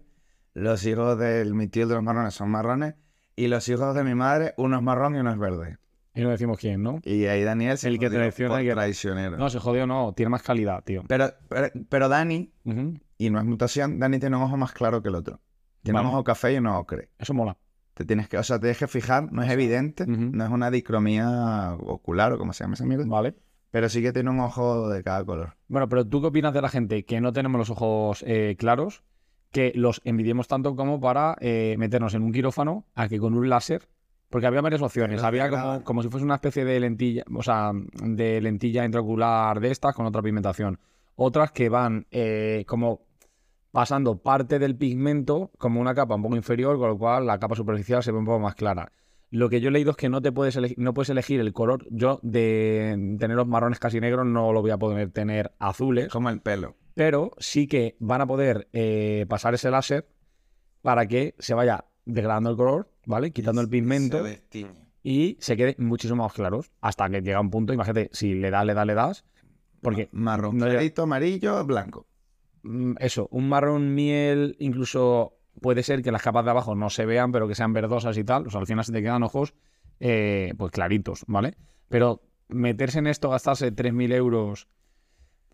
S2: Los hijos de mi tío, el de los marrones, son marrones. Y los hijos de mi madre, uno es marrón y uno es verde.
S3: Y no decimos quién, ¿no?
S2: Y ahí Daniel se
S3: El que
S2: jodió
S3: traiciona
S2: por
S3: y que-
S2: traicionero.
S3: No, se jodió, no. Tiene más calidad, tío.
S2: Pero, pero, pero Dani,
S3: Ujú.
S2: y no es mutación, Dani tiene un ojo más claro que el otro. Tiene un
S3: Vale.
S2: ojo café y un ojo ocre.
S3: Eso mola.
S2: Te tienes que, o sea, te tienes que fijar, no es evidente,
S3: ujú.
S2: no es una dicromía ocular o como se llama esa mierda,
S3: Vale.
S2: pero sí que tiene un ojo de cada color.
S3: Bueno, pero ¿tú qué opinas de la gente que no tenemos los ojos eh, claros, que los envidiemos tanto como para eh, meternos en un quirófano a que con un láser? Porque había varias opciones.
S2: Pero
S3: Había
S2: de
S3: como,
S2: nada.
S3: como si fuese una especie de lentilla, o sea, de lentilla intraocular de estas con otra pigmentación. Otras que van eh, como pasando parte del pigmento como una capa un poco inferior, con lo cual la capa superficial se ve un poco más clara. Lo que yo he leído es que no te puedes elegir, no puedes elegir el color. Yo de tener los marrones casi negros no lo voy a poder tener azules,
S2: Como el pelo.
S3: pero sí que van a poder eh, pasar ese láser para que se vaya degradando el color, ¿vale? Quitando el pigmento y se quede muchísimo más claros hasta que llega un punto, imagínate, si le das, le das, le das, porque
S2: Marrón,
S3: No llega-
S2: clarito, amarillo, blanco.
S3: mm, eso, un marrón miel incluso puede ser que las capas de abajo no se vean, pero que sean verdosas y tal. O sea, al final se te quedan ojos eh, pues claritos, ¿vale? Pero meterse en esto, gastarse 3.000 euros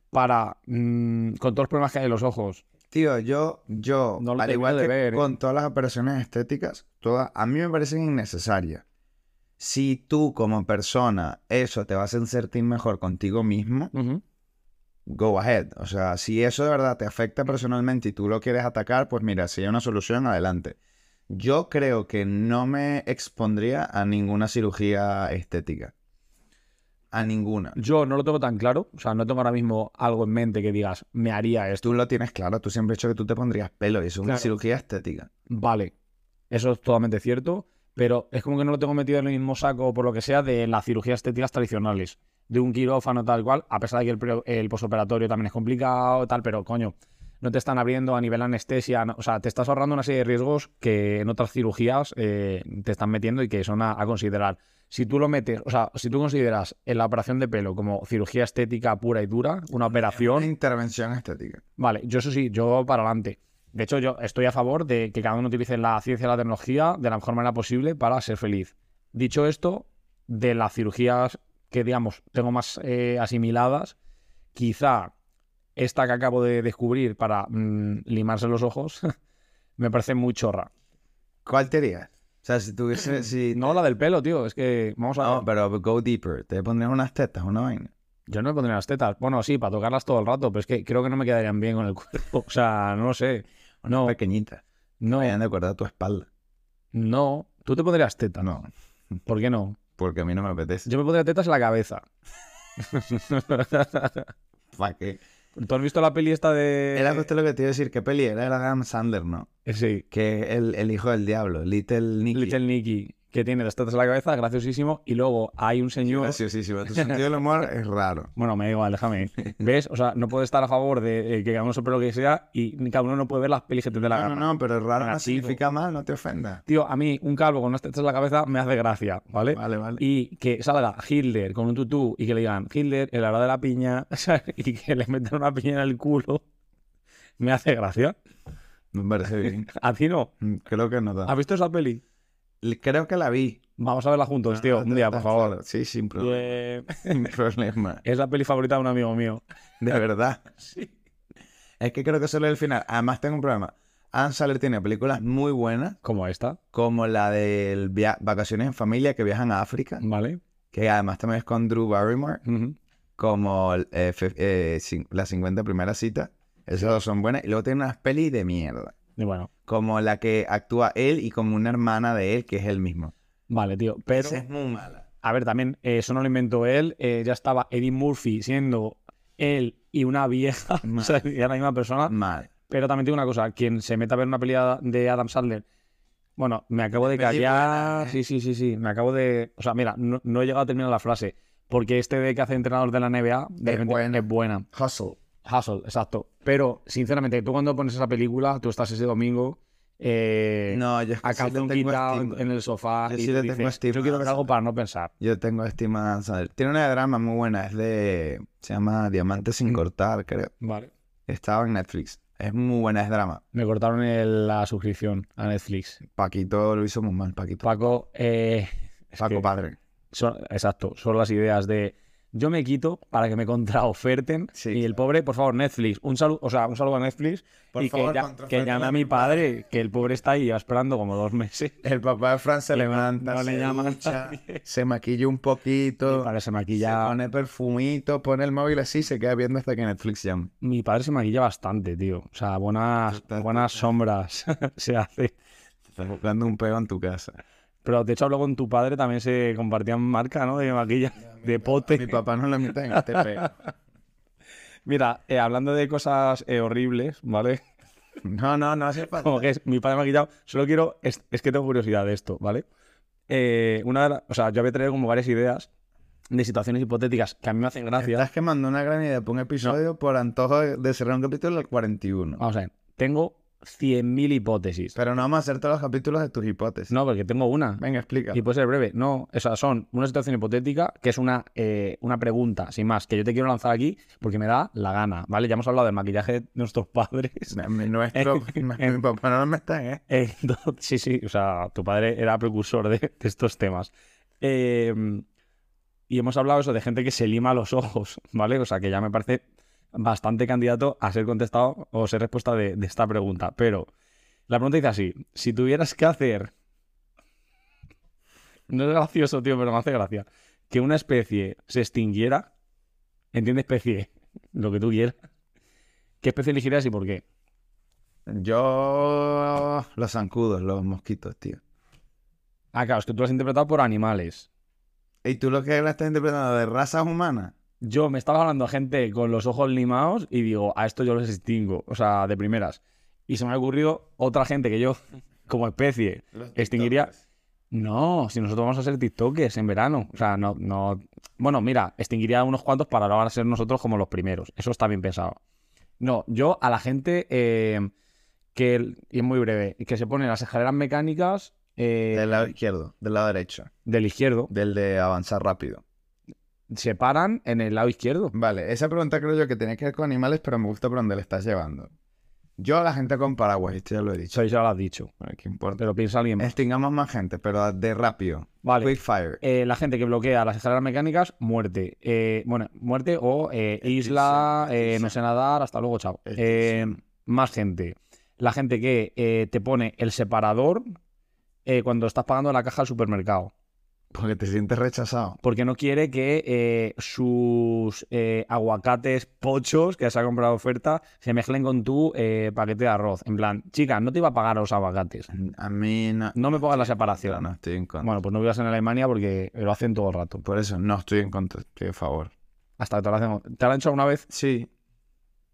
S3: para, mm, con todos los problemas que hay en los ojos,
S2: Tío, yo, yo,
S3: No lo
S2: al
S3: termino
S2: igual
S3: de
S2: que
S3: ver, ¿eh?
S2: con todas las operaciones estéticas, todas, a mí me parecen innecesarias. Si tú como persona eso te vas a sentir mejor contigo mismo, go ahead. O sea, si eso de verdad te afecta personalmente y tú lo quieres atacar, pues mira, si hay una solución, adelante. Yo creo que no me expondría a ninguna cirugía estética. A ninguna.
S3: yo no lo tengo tan claro. O sea, no tengo ahora mismo algo en mente que digas, me haría esto.
S2: Tú lo tienes claro, tú siempre has dicho que tú te pondrías pelo y eso es una
S3: Claro.
S2: cirugía estética.
S3: Vale, eso es totalmente cierto, pero es como que no lo tengo metido en el mismo saco, por lo que sea, de las cirugías estéticas tradicionales, de un quirófano tal cual, a pesar de que el, pre- el posoperatorio también es complicado, tal, pero coño, no te están abriendo a nivel anestesia, no- o sea, te estás ahorrando una serie de riesgos que en otras cirugías eh, te están metiendo y que son a, a considerar. Si tú lo metes, o sea, si tú consideras en la operación de pelo como cirugía estética pura y dura, una operación,
S2: Una intervención estética.
S3: Vale, yo eso sí, yo para adelante. De hecho, yo estoy a favor de que cada uno utilice la ciencia y la tecnología de la mejor manera posible para ser feliz. Dicho esto, de las cirugías que, digamos, tengo más eh, asimiladas, quizá esta que acabo de descubrir para mm, limarse los ojos, me parece muy chorra.
S2: ¿Cuál te harías? O sea, si tuviese... Si...
S3: No la del pelo, tío, es que vamos a
S2: No, pero go deeper. Te pondrías unas tetas, una vaina.
S3: Yo no me pondría las tetas. Bueno, sí, para tocarlas todo el rato, pero es que creo que no me quedarían bien con el cuerpo. O sea, no lo sé. No,
S2: Pequeñitas.
S3: no,
S2: Vayan de acuerdo a tu espalda. Ah,
S3: no. ¿Tú te pondrías tetas?
S2: No,
S3: ¿Por qué no?
S2: porque a mí no me apetece.
S3: Yo me pondría tetas en la cabeza.
S2: ¿Para
S3: eh,
S2: qué?
S3: ¿Tú has visto la peli esta de...?
S2: Era este- justo lo que te iba a decir. ¿Qué peli era? Era Adam Sandler, ¿no?
S3: Eh, Sí,
S2: Que es el, el hijo del diablo, Little Nicky.
S3: Little Nicky, que tiene las tetas en la cabeza, graciosísimo, y luego hay un señor...
S2: Graciosísimo. Tu sentido del humor es raro.
S3: Bueno, me da igual, déjame. ¿Ves? O sea, no puedo estar a favor de eh, que cada uno sople lo que sea y cada uno no puede ver las pelis que te dé la
S2: No,
S3: gana.
S2: no, no, pero raro no
S3: Negativo.
S2: significa mal, no te ofendas.
S3: Tío, a mí un calvo con unas tetas en la cabeza me hace gracia, ¿vale?
S2: Vale, vale.
S3: Y que salga Hitler con un tutú y que le digan Hitler, el hora de la piña, ¿sabes? y que le metan una piña en el culo, me hace gracia.
S2: Me parece bien.
S3: A ti no.
S2: Mm, Creo que no da.
S3: ¿Has visto esa peli?
S2: Creo que la vi.
S3: Vamos a verla
S2: Ah,
S3: juntos, Pues, tío, un día, por favor.
S2: Sí, sin problema.
S3: Eh,
S2: Sin problema.
S3: Es la peli favorita de un amigo mío.
S2: De verdad. Es que creo que solo es el final. Además, tengo un problema. Adam Sandler tiene películas muy buenas,
S3: Como esta,
S2: como la de Vacaciones en Familia, que viajan a África,
S3: ¿vale?
S2: que además también es con Drew Barrymore,
S3: Ujú.
S2: como eh, fe- eh, cin- La 50 Primera Cita. Esas dos son buenas. Y luego tiene unas pelis de mierda.
S3: Y bueno,
S2: como la que actúa él y como una hermana de él, que es él mismo.
S3: vale, tío. Pero,
S2: Esa es muy mala.
S3: a ver, también, eh, eso no lo inventó él. eh, ya estaba Eddie Murphy siendo él y una vieja. o sea, era la misma persona.
S2: Mal.
S3: Pero también tengo una cosa, quien se meta a ver una peli de Adam Sandler, bueno, me acabo de
S2: Una peli
S3: callar.
S2: buena, ¿eh?
S3: Sí, sí, sí, sí, me acabo de... O sea, mira, no, no he llegado a terminar la frase, porque este de que hace entrenador de la NBA, de
S2: Es
S3: repente,
S2: buena.
S3: es buena.
S2: Hustle.
S3: Hustle, exacto. Pero, sinceramente, tú cuando pones esa película, tú estás ese domingo eh,
S2: No, yo es que
S3: a
S2: sí le
S3: calzón
S2: tengo
S3: quitado
S2: estima.
S3: en, en el sofá
S2: Yo
S3: y
S2: sí
S3: tú
S2: le tengo
S3: dices,
S2: estima
S3: yo quiero ver
S2: a
S3: algo
S2: Sandler".
S3: para no pensar.
S2: Yo tengo estima a Adam Sandler. Tiene una drama muy buena, es de... Se llama Diamantes sin
S3: Mm.
S2: cortar, creo.
S3: Vale.
S2: Estaba en Netflix. Es muy buena, es drama.
S3: Me cortaron el- la suscripción a Netflix.
S2: Paquito lo hizo muy mal, Paquito.
S3: Paco, eh, es
S2: Paco
S3: que-
S2: Padre.
S3: Son- exacto, son las ideas de yo me quito para que me contraoferten
S2: Sí,
S3: y el
S2: claro.
S3: pobre, por favor, Netflix, un saludo, o sea, un saludo a Netflix
S2: Por
S3: y
S2: favor,
S3: que, ya- que
S2: contraoferta
S3: llame
S2: a
S3: a mi padre, que el pobre está ahí ya esperando como dos meses.
S2: El papá de Fran se
S3: Y no-
S2: levanta,
S3: no le
S2: se
S3: llaman a
S2: ducha,
S3: nadie.
S2: se maquilla un poquito,
S3: Mi padre se
S2: se
S3: maquilla,
S2: pone perfumito, pone el móvil así y se queda viendo hasta que Netflix llame.
S3: mi padre se maquilla bastante, tío. O sea, buenas,
S2: Total,
S3: buenas sombras se hace.
S2: Estás jugando un pego en tu casa.
S3: Pero de hecho hablo con tu padre, también se compartían marca, ¿no? De maquilla, de pote.
S2: Mi papá no lo mete en este peo.
S3: Mira, eh, hablando de cosas eh, horribles, ¿vale?
S2: No, no, no hace falta.
S3: Como que es, mi padre me ha quitado. Solo quiero. Es, es que tengo curiosidad de esto, ¿vale? Eh, una de la- o sea, yo había traído como varias ideas de situaciones hipotéticas que a mí me hacen gracia.
S2: Estás quemando una gran idea para un episodio por antojo de, de cerrar un capítulo del 41.
S3: Vamos a ver. Tengo 100.000 hipótesis.
S2: Pero no vamos a hacer todos los capítulos de tus hipótesis.
S3: No, porque tengo una.
S2: Venga, explica.
S3: Y puede ser breve. No, o sea, son una situación hipotética que es una, eh, una pregunta, sin más, que yo te quiero lanzar aquí porque me da la gana, ¿vale? Ya hemos hablado del maquillaje de nuestros padres.
S2: Mi, nuestro, mi, mi papá no lo mete en este.
S3: Entonces, sí, sí, o sea, tu padre era precursor de, de estos temas. Eh, y hemos hablado eso de gente que se lima los ojos, ¿vale? O sea, que ya me parece bastante candidato a ser contestado o ser respuesta de, de esta pregunta. Pero la pregunta dice así, si tuvieras que hacer... No es gracioso, tío, pero me hace gracia. Que una especie se extinguiera, entiende especie, lo que tú quieras. ¿Qué especie elegirías y por qué?
S2: Yo... Los zancudos, los mosquitos, tío.
S3: Ah, claro, es que tú lo has interpretado por animales.
S2: ¿Y tú lo que la estás interpretando de razas humanas?
S3: Yo me estaba hablando a gente con los ojos limados y digo, a esto yo los extingo, o sea, de primeras. Y se me ha ocurrido otra gente que yo, como especie, extinguiría. No, si nosotros vamos a ser TikTokers en verano. O sea, no, no. Bueno, mira, extinguiría a unos cuantos para ahora ser nosotros como los primeros. Eso está bien pensado. No, yo a la gente eh, que, y es muy breve, que se pone en las escaleras mecánicas eh,
S2: Del lado izquierdo, del lado derecho,
S3: del izquierdo,
S2: del de avanzar rápido.
S3: se paran en el lado izquierdo.
S2: Vale, esa pregunta creo yo que tiene que ver con animales, pero me gusta por dónde le estás llevando. Yo a la gente con paraguas, esto ya lo he dicho.
S3: Eso ya lo has dicho.
S2: Bueno, ¿Qué importa?
S3: Pero piensa alguien más.
S2: Extingamos más gente, pero de rápido.
S3: Vale.
S2: Quick fire.
S3: Eh, la gente que bloquea las escaleras mecánicas, muerte. Eh, bueno, muerte o eh, isla,
S2: Extinción,
S3: eh, no sé nadar, hasta luego, chao. Eh, más gente. La gente que eh, te pone el separador eh, cuando estás pagando la caja del supermercado.
S2: Porque te sientes rechazado.
S3: Porque no quiere que eh, sus eh, aguacates pochos que se ha comprado oferta se mezclen con tu eh, paquete de arroz. En plan, chica, no te iba a pagar los aguacates.
S2: A mí no.
S3: No me pongas la separación.
S2: No estoy en contra.
S3: Bueno, pues no vivas en Alemania porque lo hacen todo el rato.
S2: Por eso, no estoy en contra. Estoy a favor.
S3: Hasta que te lo hacen. ¿Te lo han hecho alguna vez?
S2: Sí.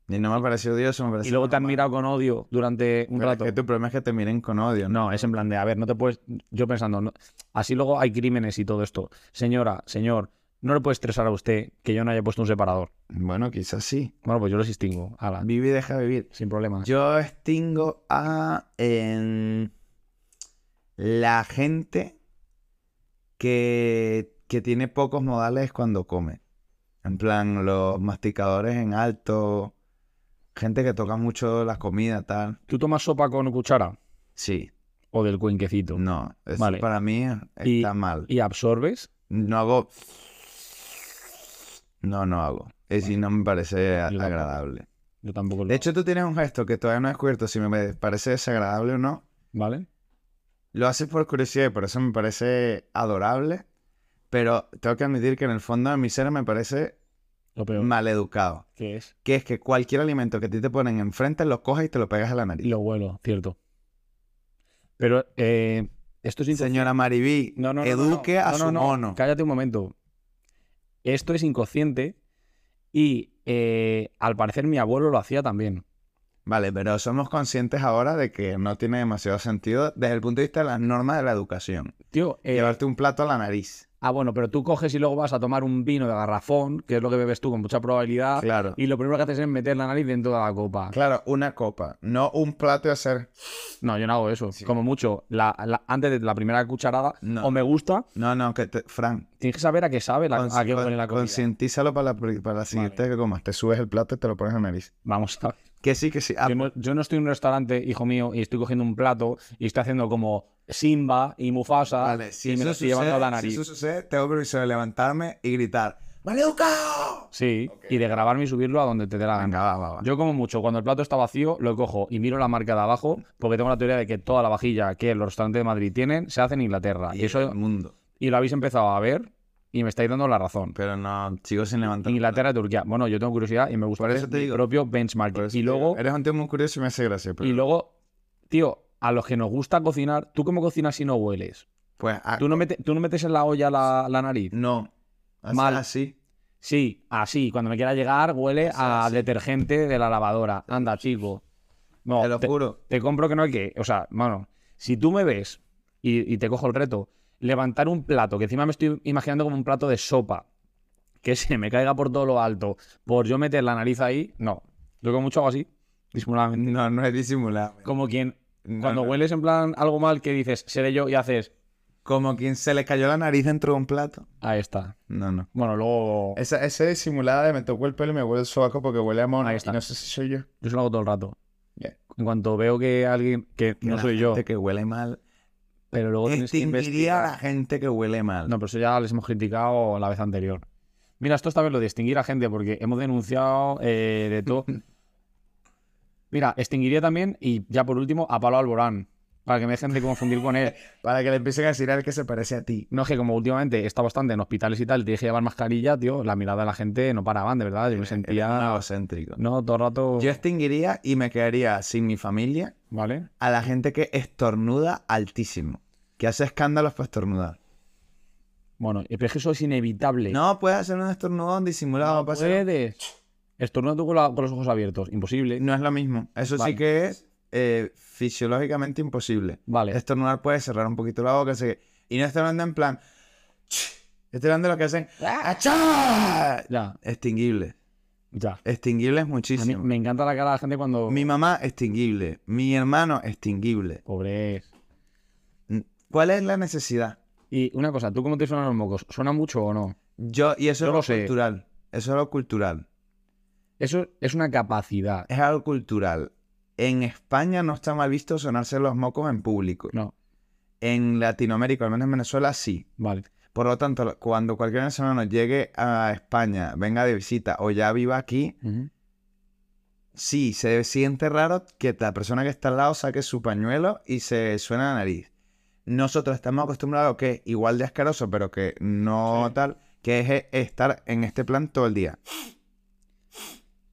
S2: Y no me ha parecido odioso, me
S3: Y
S2: parece
S3: luego te han
S2: normal.
S3: mirado con odio durante un
S2: Ah, Pero es
S3: rato.
S2: que tu problema es que te miren con odio.
S3: No, es en plan de, a ver, no te puedes. Yo pensando, no- así luego hay crímenes y todo esto. Señora, señor, no le puede estresar a usted que yo no haya puesto un separador.
S2: Bueno, quizás sí.
S3: Bueno, pues yo los extingo. Ala,
S2: Vive y deja vivir.
S3: sin problema.
S2: Yo extingo a em, la gente que, que tiene pocos modales cuando come. En plan, los masticadores en alto, gente que toca mucho la comida, tal.
S3: ¿Tú tomas sopa con cuchara
S2: Sí,
S3: o del cuenquecito?
S2: no, eso
S3: Vale.
S2: para mí está
S3: Y-
S2: mal.
S3: ¿Y absorbes?
S2: No hago... No, no hago. Es y no me parece a-
S3: Yo tampoco.
S2: agradable.
S3: Yo tampoco lo
S2: De hecho, tú tienes un gesto que todavía no he descubierto si me parece desagradable o no.
S3: hago, ¿vale?
S2: Lo haces por curiosidad y por eso me parece adorable, pero tengo que admitir que en el fondo de mi ser me parece
S3: Lo peor.
S2: maleducado.
S3: ¿Qué es?
S2: Que es que cualquier alimento que a ti te ponen enfrente lo coges y te lo pegas a la nariz.
S3: Y lo vuelo, cierto. Pero eh, esto es inconsci-
S2: Señora Maribí,
S3: No, no, no, no,
S2: eduque
S3: no.
S2: a
S3: No,
S2: su
S3: no, no.
S2: mono.
S3: Cállate un momento. Esto es inconsciente y eh, al parecer mi abuelo lo hacía también.
S2: Vale, pero somos conscientes ahora de que no tiene demasiado sentido desde el punto de vista de las normas de la educación.
S3: Tío, eh,
S2: Llevarte un plato a la nariz.
S3: ah, bueno, pero tú coges y luego vas a tomar un vino de garrafón, que es lo que bebes tú con mucha probabilidad,
S2: Claro.
S3: y lo primero que haces es meter la nariz dentro de la copa.
S2: Claro, una copa, no un plato y hacer.
S3: No, yo no hago eso.
S2: Sí.
S3: Como mucho, la- la- antes de la primera cucharada,
S2: No.
S3: o me gusta,
S2: No, no, que te... Fran,
S3: tienes que saber a qué sabe, la,
S2: cons-
S3: a qué huele la comida.
S2: concientízalo para la, pri- para la siguiente que comas. Te subes el plato y te lo pones en la nariz.
S3: Vamos a ver.
S2: Que sí, que sí. Ah,
S3: yo, no, yo no estoy en un restaurante, hijo mío, y estoy cogiendo un plato y estoy haciendo como Simba y Mufasa
S2: vale, si
S3: y me
S2: eso
S3: lo estoy
S2: sucede-
S3: llevando a la
S2: si
S3: nariz.
S2: eso sucede, tengo permiso de levantarme y gritar. ¡Maleducado!
S3: Sí, y de grabarme y subirlo a donde te dé la gana.
S2: Venga, va, va, va.
S3: Ah, Yo como mucho, cuando el plato está vacío, lo cojo y miro la marca de abajo, porque tengo la teoría de que toda la vajilla que los restaurantes de Madrid tienen se hace en Inglaterra. Y, eso,
S2: el mundo.
S3: y lo habéis empezado a ver y me estáis dando la razón.
S2: Pero no, sigo sin levantar.
S3: Inglaterra y Turquía. Bueno, yo tengo curiosidad y me gusta
S2: Por
S3: hacer
S2: eso te
S3: mi
S2: digo.
S3: propio
S2: Por
S3: benchmark.
S2: eso
S3: Y
S2: te
S3: luego,
S2: digo, Eres un tío muy curioso y me hace gracia. Pero,
S3: y luego, tío, a los que nos gusta cocinar, ¿tú cómo cocinas si no hueles?
S2: Pues, ah,
S3: ¿Tú no, mete- tú no metes en la olla la, la nariz?
S2: no. Así-
S3: Mal.
S2: Así.
S3: Sí, así. Cuando me quiera llegar, huele
S2: O sea,
S3: a
S2: sí.
S3: detergente de la lavadora. Anda, chico. No,
S2: te lo juro.
S3: te compro que no hay que. O sea, mano, si tú me ves y, y te cojo el reto, levantar un plato, que encima me estoy imaginando como un plato de sopa, que se me caiga por todo lo alto, por yo meter la nariz ahí, no. Yo como mucho hago así, disimuladamente.
S2: No, no es disimulado.
S3: Como quien,
S2: No,
S3: cuando
S2: no.
S3: hueles en plan algo mal, que dices, seré yo y haces,
S2: Como quien se le cayó la nariz dentro de un plato.
S3: ahí está.
S2: No, no.
S3: Bueno, luego.
S2: Esa, esa disimulada de me tocó el pelo y me huele el sobaco porque huele a mono.
S3: Ahí está.
S2: y no sé si soy yo.
S3: Yo se lo hago todo el rato.
S2: Bien.
S3: En cuanto veo que alguien. que
S2: Que
S3: no
S2: la
S3: soy yo,
S2: gente que huele mal.
S3: pero luego tienes que
S2: Distinguiría a
S3: investigar.
S2: la gente que huele mal.
S3: No, pero eso ya les hemos criticado la vez anterior. Mira, esto está bien lo de extinguir a gente, porque hemos denunciado eh, de todo. Mira, extinguiría también, y ya por último, a Pablo Alborán, para que me dejen de confundir con él.
S2: Para que le empiecen a decir al que se parece a ti.
S3: No es que como últimamente está bastante en hospitales y tal, tienes que llevar mascarilla, tío, la mirada de la gente no paraban, de verdad. Yo me
S2: Eres un
S3: sentía.
S2: egocéntrico.
S3: No, todo el rato.
S2: Yo extinguiría y me quedaría sin mi familia
S3: ¿Vale?
S2: a la gente que estornuda altísimo. Que hace escándalos para estornudar.
S3: Bueno, pero es que eso es inevitable.
S2: No, puedes hacer un estornudón disimulado. No, pues, eh, pasa nada.
S3: puedes. Estornuda tú con, la- con los ojos abiertos. Imposible.
S2: No es lo mismo. Eso
S3: Vale.
S2: sí que es eh, fisiológicamente imposible.
S3: Vale.
S2: Estornudar Este puede cerrar un poquito la boca. así que- Y no estoy hablando en plan... Estoy hablando de lo que hacen... ¡Achá!
S3: Ya,
S2: Extinguible.
S3: ya.
S2: Extinguible es
S3: A mí
S2: muchísimo.
S3: me encanta la cara de la gente cuando.
S2: Mi mamá extinguible. Mi hermano extinguible.
S3: Pobres.
S2: N- ¿Cuál es la necesidad?
S3: Y una cosa, ¿tú cómo te suenan los mocos? ¿Suena mucho o no?
S2: Yo, y eso
S3: Yo
S2: es
S3: lo
S2: lo
S3: sé.
S2: cultural. Eso es lo cultural.
S3: Eso es una capacidad.
S2: Es algo cultural. En España no está mal visto sonarse los mocos en público.
S3: No,
S2: En Latinoamérica, al menos en Venezuela, sí.
S3: vale.
S2: Por lo tanto, lo- cuando cualquier venezolano llegue a España, venga de visita o ya viva aquí,
S3: Ujú.
S2: sí, se siente raro que la persona que está al lado saque su pañuelo y se suena la nariz. Nosotros estamos acostumbrados que igual de asqueroso, pero que no tal, que es eh, estar en este plan todo el día.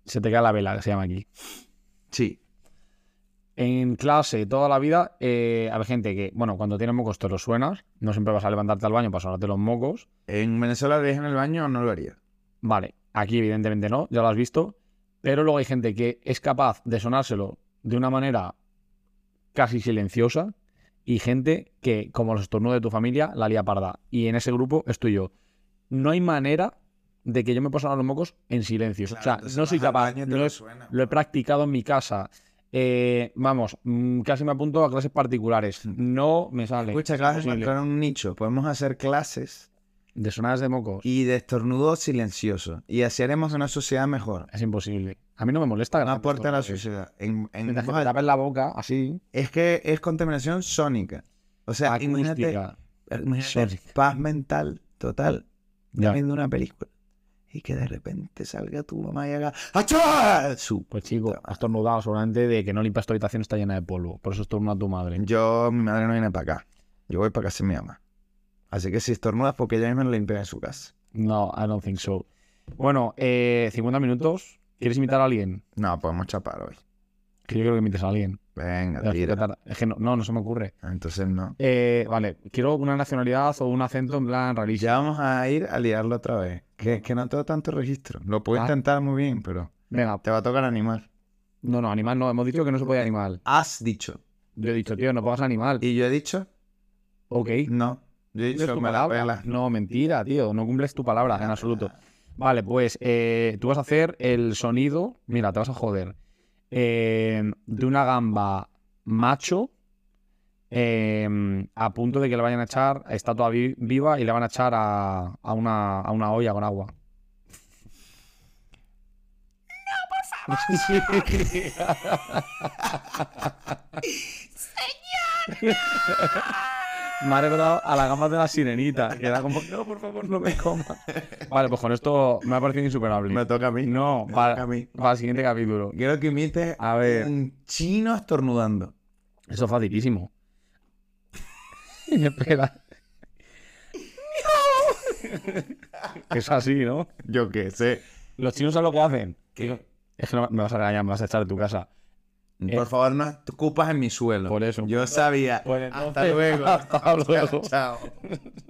S3: Se te cae la vela, que se llama aquí.
S2: Sí.
S3: En clase, toda la vida, eh, había gente que, bueno, cuando tienes mocos te los suenas. No siempre vas a levantarte al baño para sonarte los mocos.
S2: En Venezuela lo harías en el baño o no lo haría.
S3: Vale, aquí evidentemente no, ya lo has visto. Pero luego hay gente que es capaz de sonárselo de una manera casi silenciosa y gente que, como los estornudos de tu familia, la lía parda. Y en ese grupo estoy yo. No hay manera de que yo me pueda sonar los mocos en silencio. o sea, no soy capaz. Lo he, lo he practicado en mi casa. Eh, vamos, mm, casi me apunto a clases particulares. No me sale.
S2: Hmm. Escucha,
S3: Es
S2: acabas de
S3: imposible.
S2: encontrar un nicho. Podemos hacer clases
S3: De sonadas de mocos.
S2: y de estornudo silencioso. Y así haremos una sociedad mejor.
S3: Es imposible. A mí no me molesta. que
S2: No
S3: la gente
S2: aporta a la
S3: estornude.
S2: sociedad. En- en
S3: eh, Mientras que
S2: voz
S3: te
S2: alta.
S3: tapes la boca, así,
S2: Es que es contaminación sónica. O
S3: Ah,
S2: sea, imagínate,
S3: acústica.
S2: imagínate
S3: sónica.
S2: Eh, paz mental total.
S3: Ya.
S2: Viendo una película. Y que de repente salga tu mamá y haga ¡Achá! Su
S3: Pues chico,
S2: puta
S3: has tornudado seguramente de que no limpias tu habitación, está llena de polvo. Por eso estornuda tu madre.
S2: Yo, mi madre no viene para acá. Yo voy para casa de mi mamá. Así que si estornudas, porque ella misma lo limpia en su casa.
S3: No, I don't think so. Bueno, eh, 50 minutos. ¿Quieres invitar a alguien?
S2: No, podemos chapar hoy.
S3: Que yo creo que invites a alguien.
S2: Venga,
S3: Ya,
S2: tira.
S3: tarda- Es que no, no, no se me ocurre.
S2: Entonces no.
S3: Eh, vale, quiero una nacionalidad o un acento en plan realista.
S2: Ya vamos a ir a liarlo otra vez. Que, que no tengo tanto registro. Lo puedo
S3: Ah.
S2: intentar muy bien, pero
S3: Venga,
S2: te va a tocar animar.
S3: no, no, animal no. Hemos dicho que no se podía animal.
S2: Has dicho.
S3: Yo he dicho, tío, no pongas animal.
S2: Y yo he dicho,
S3: Ok.
S2: no. Yo he
S3: ¿Cumples
S2: dicho,
S3: tu
S2: me la pela.
S3: palabra? No, mentira, tío. No cumples tu palabra en absoluto. Vale, pues eh, tú vas a hacer el sonido. Mira, te vas a joder. eh, de una gamba macho. eh, a punto de que le vayan a echar. Está todavía vi- viva y le van a echar a, a una, a una olla con agua. ¡No, por favor! Me ha recordado a la gamba de la sirenita. Que era como, no, por favor, no me comas. Vale, pues con esto me ha parecido insuperable.
S2: Me toca a mí.
S3: No,
S2: Me toca a
S3: para,
S2: mí.
S3: para el siguiente capítulo.
S2: Quiero que imites
S3: A ver.
S2: un chino estornudando.
S3: Eso es facilísimo. Espera. es así, ¿no?
S2: Yo qué sé.
S3: Los chinos saben lo que hacen. Es que no- me vas a regañar, me vas a echar de tu casa.
S2: Por favor, no escupas en mi suelo.
S3: Por eso.
S2: Yo sabía.
S3: Pues
S2: Hasta
S3: entonces,
S2: luego.
S3: hasta luego.
S2: Chao.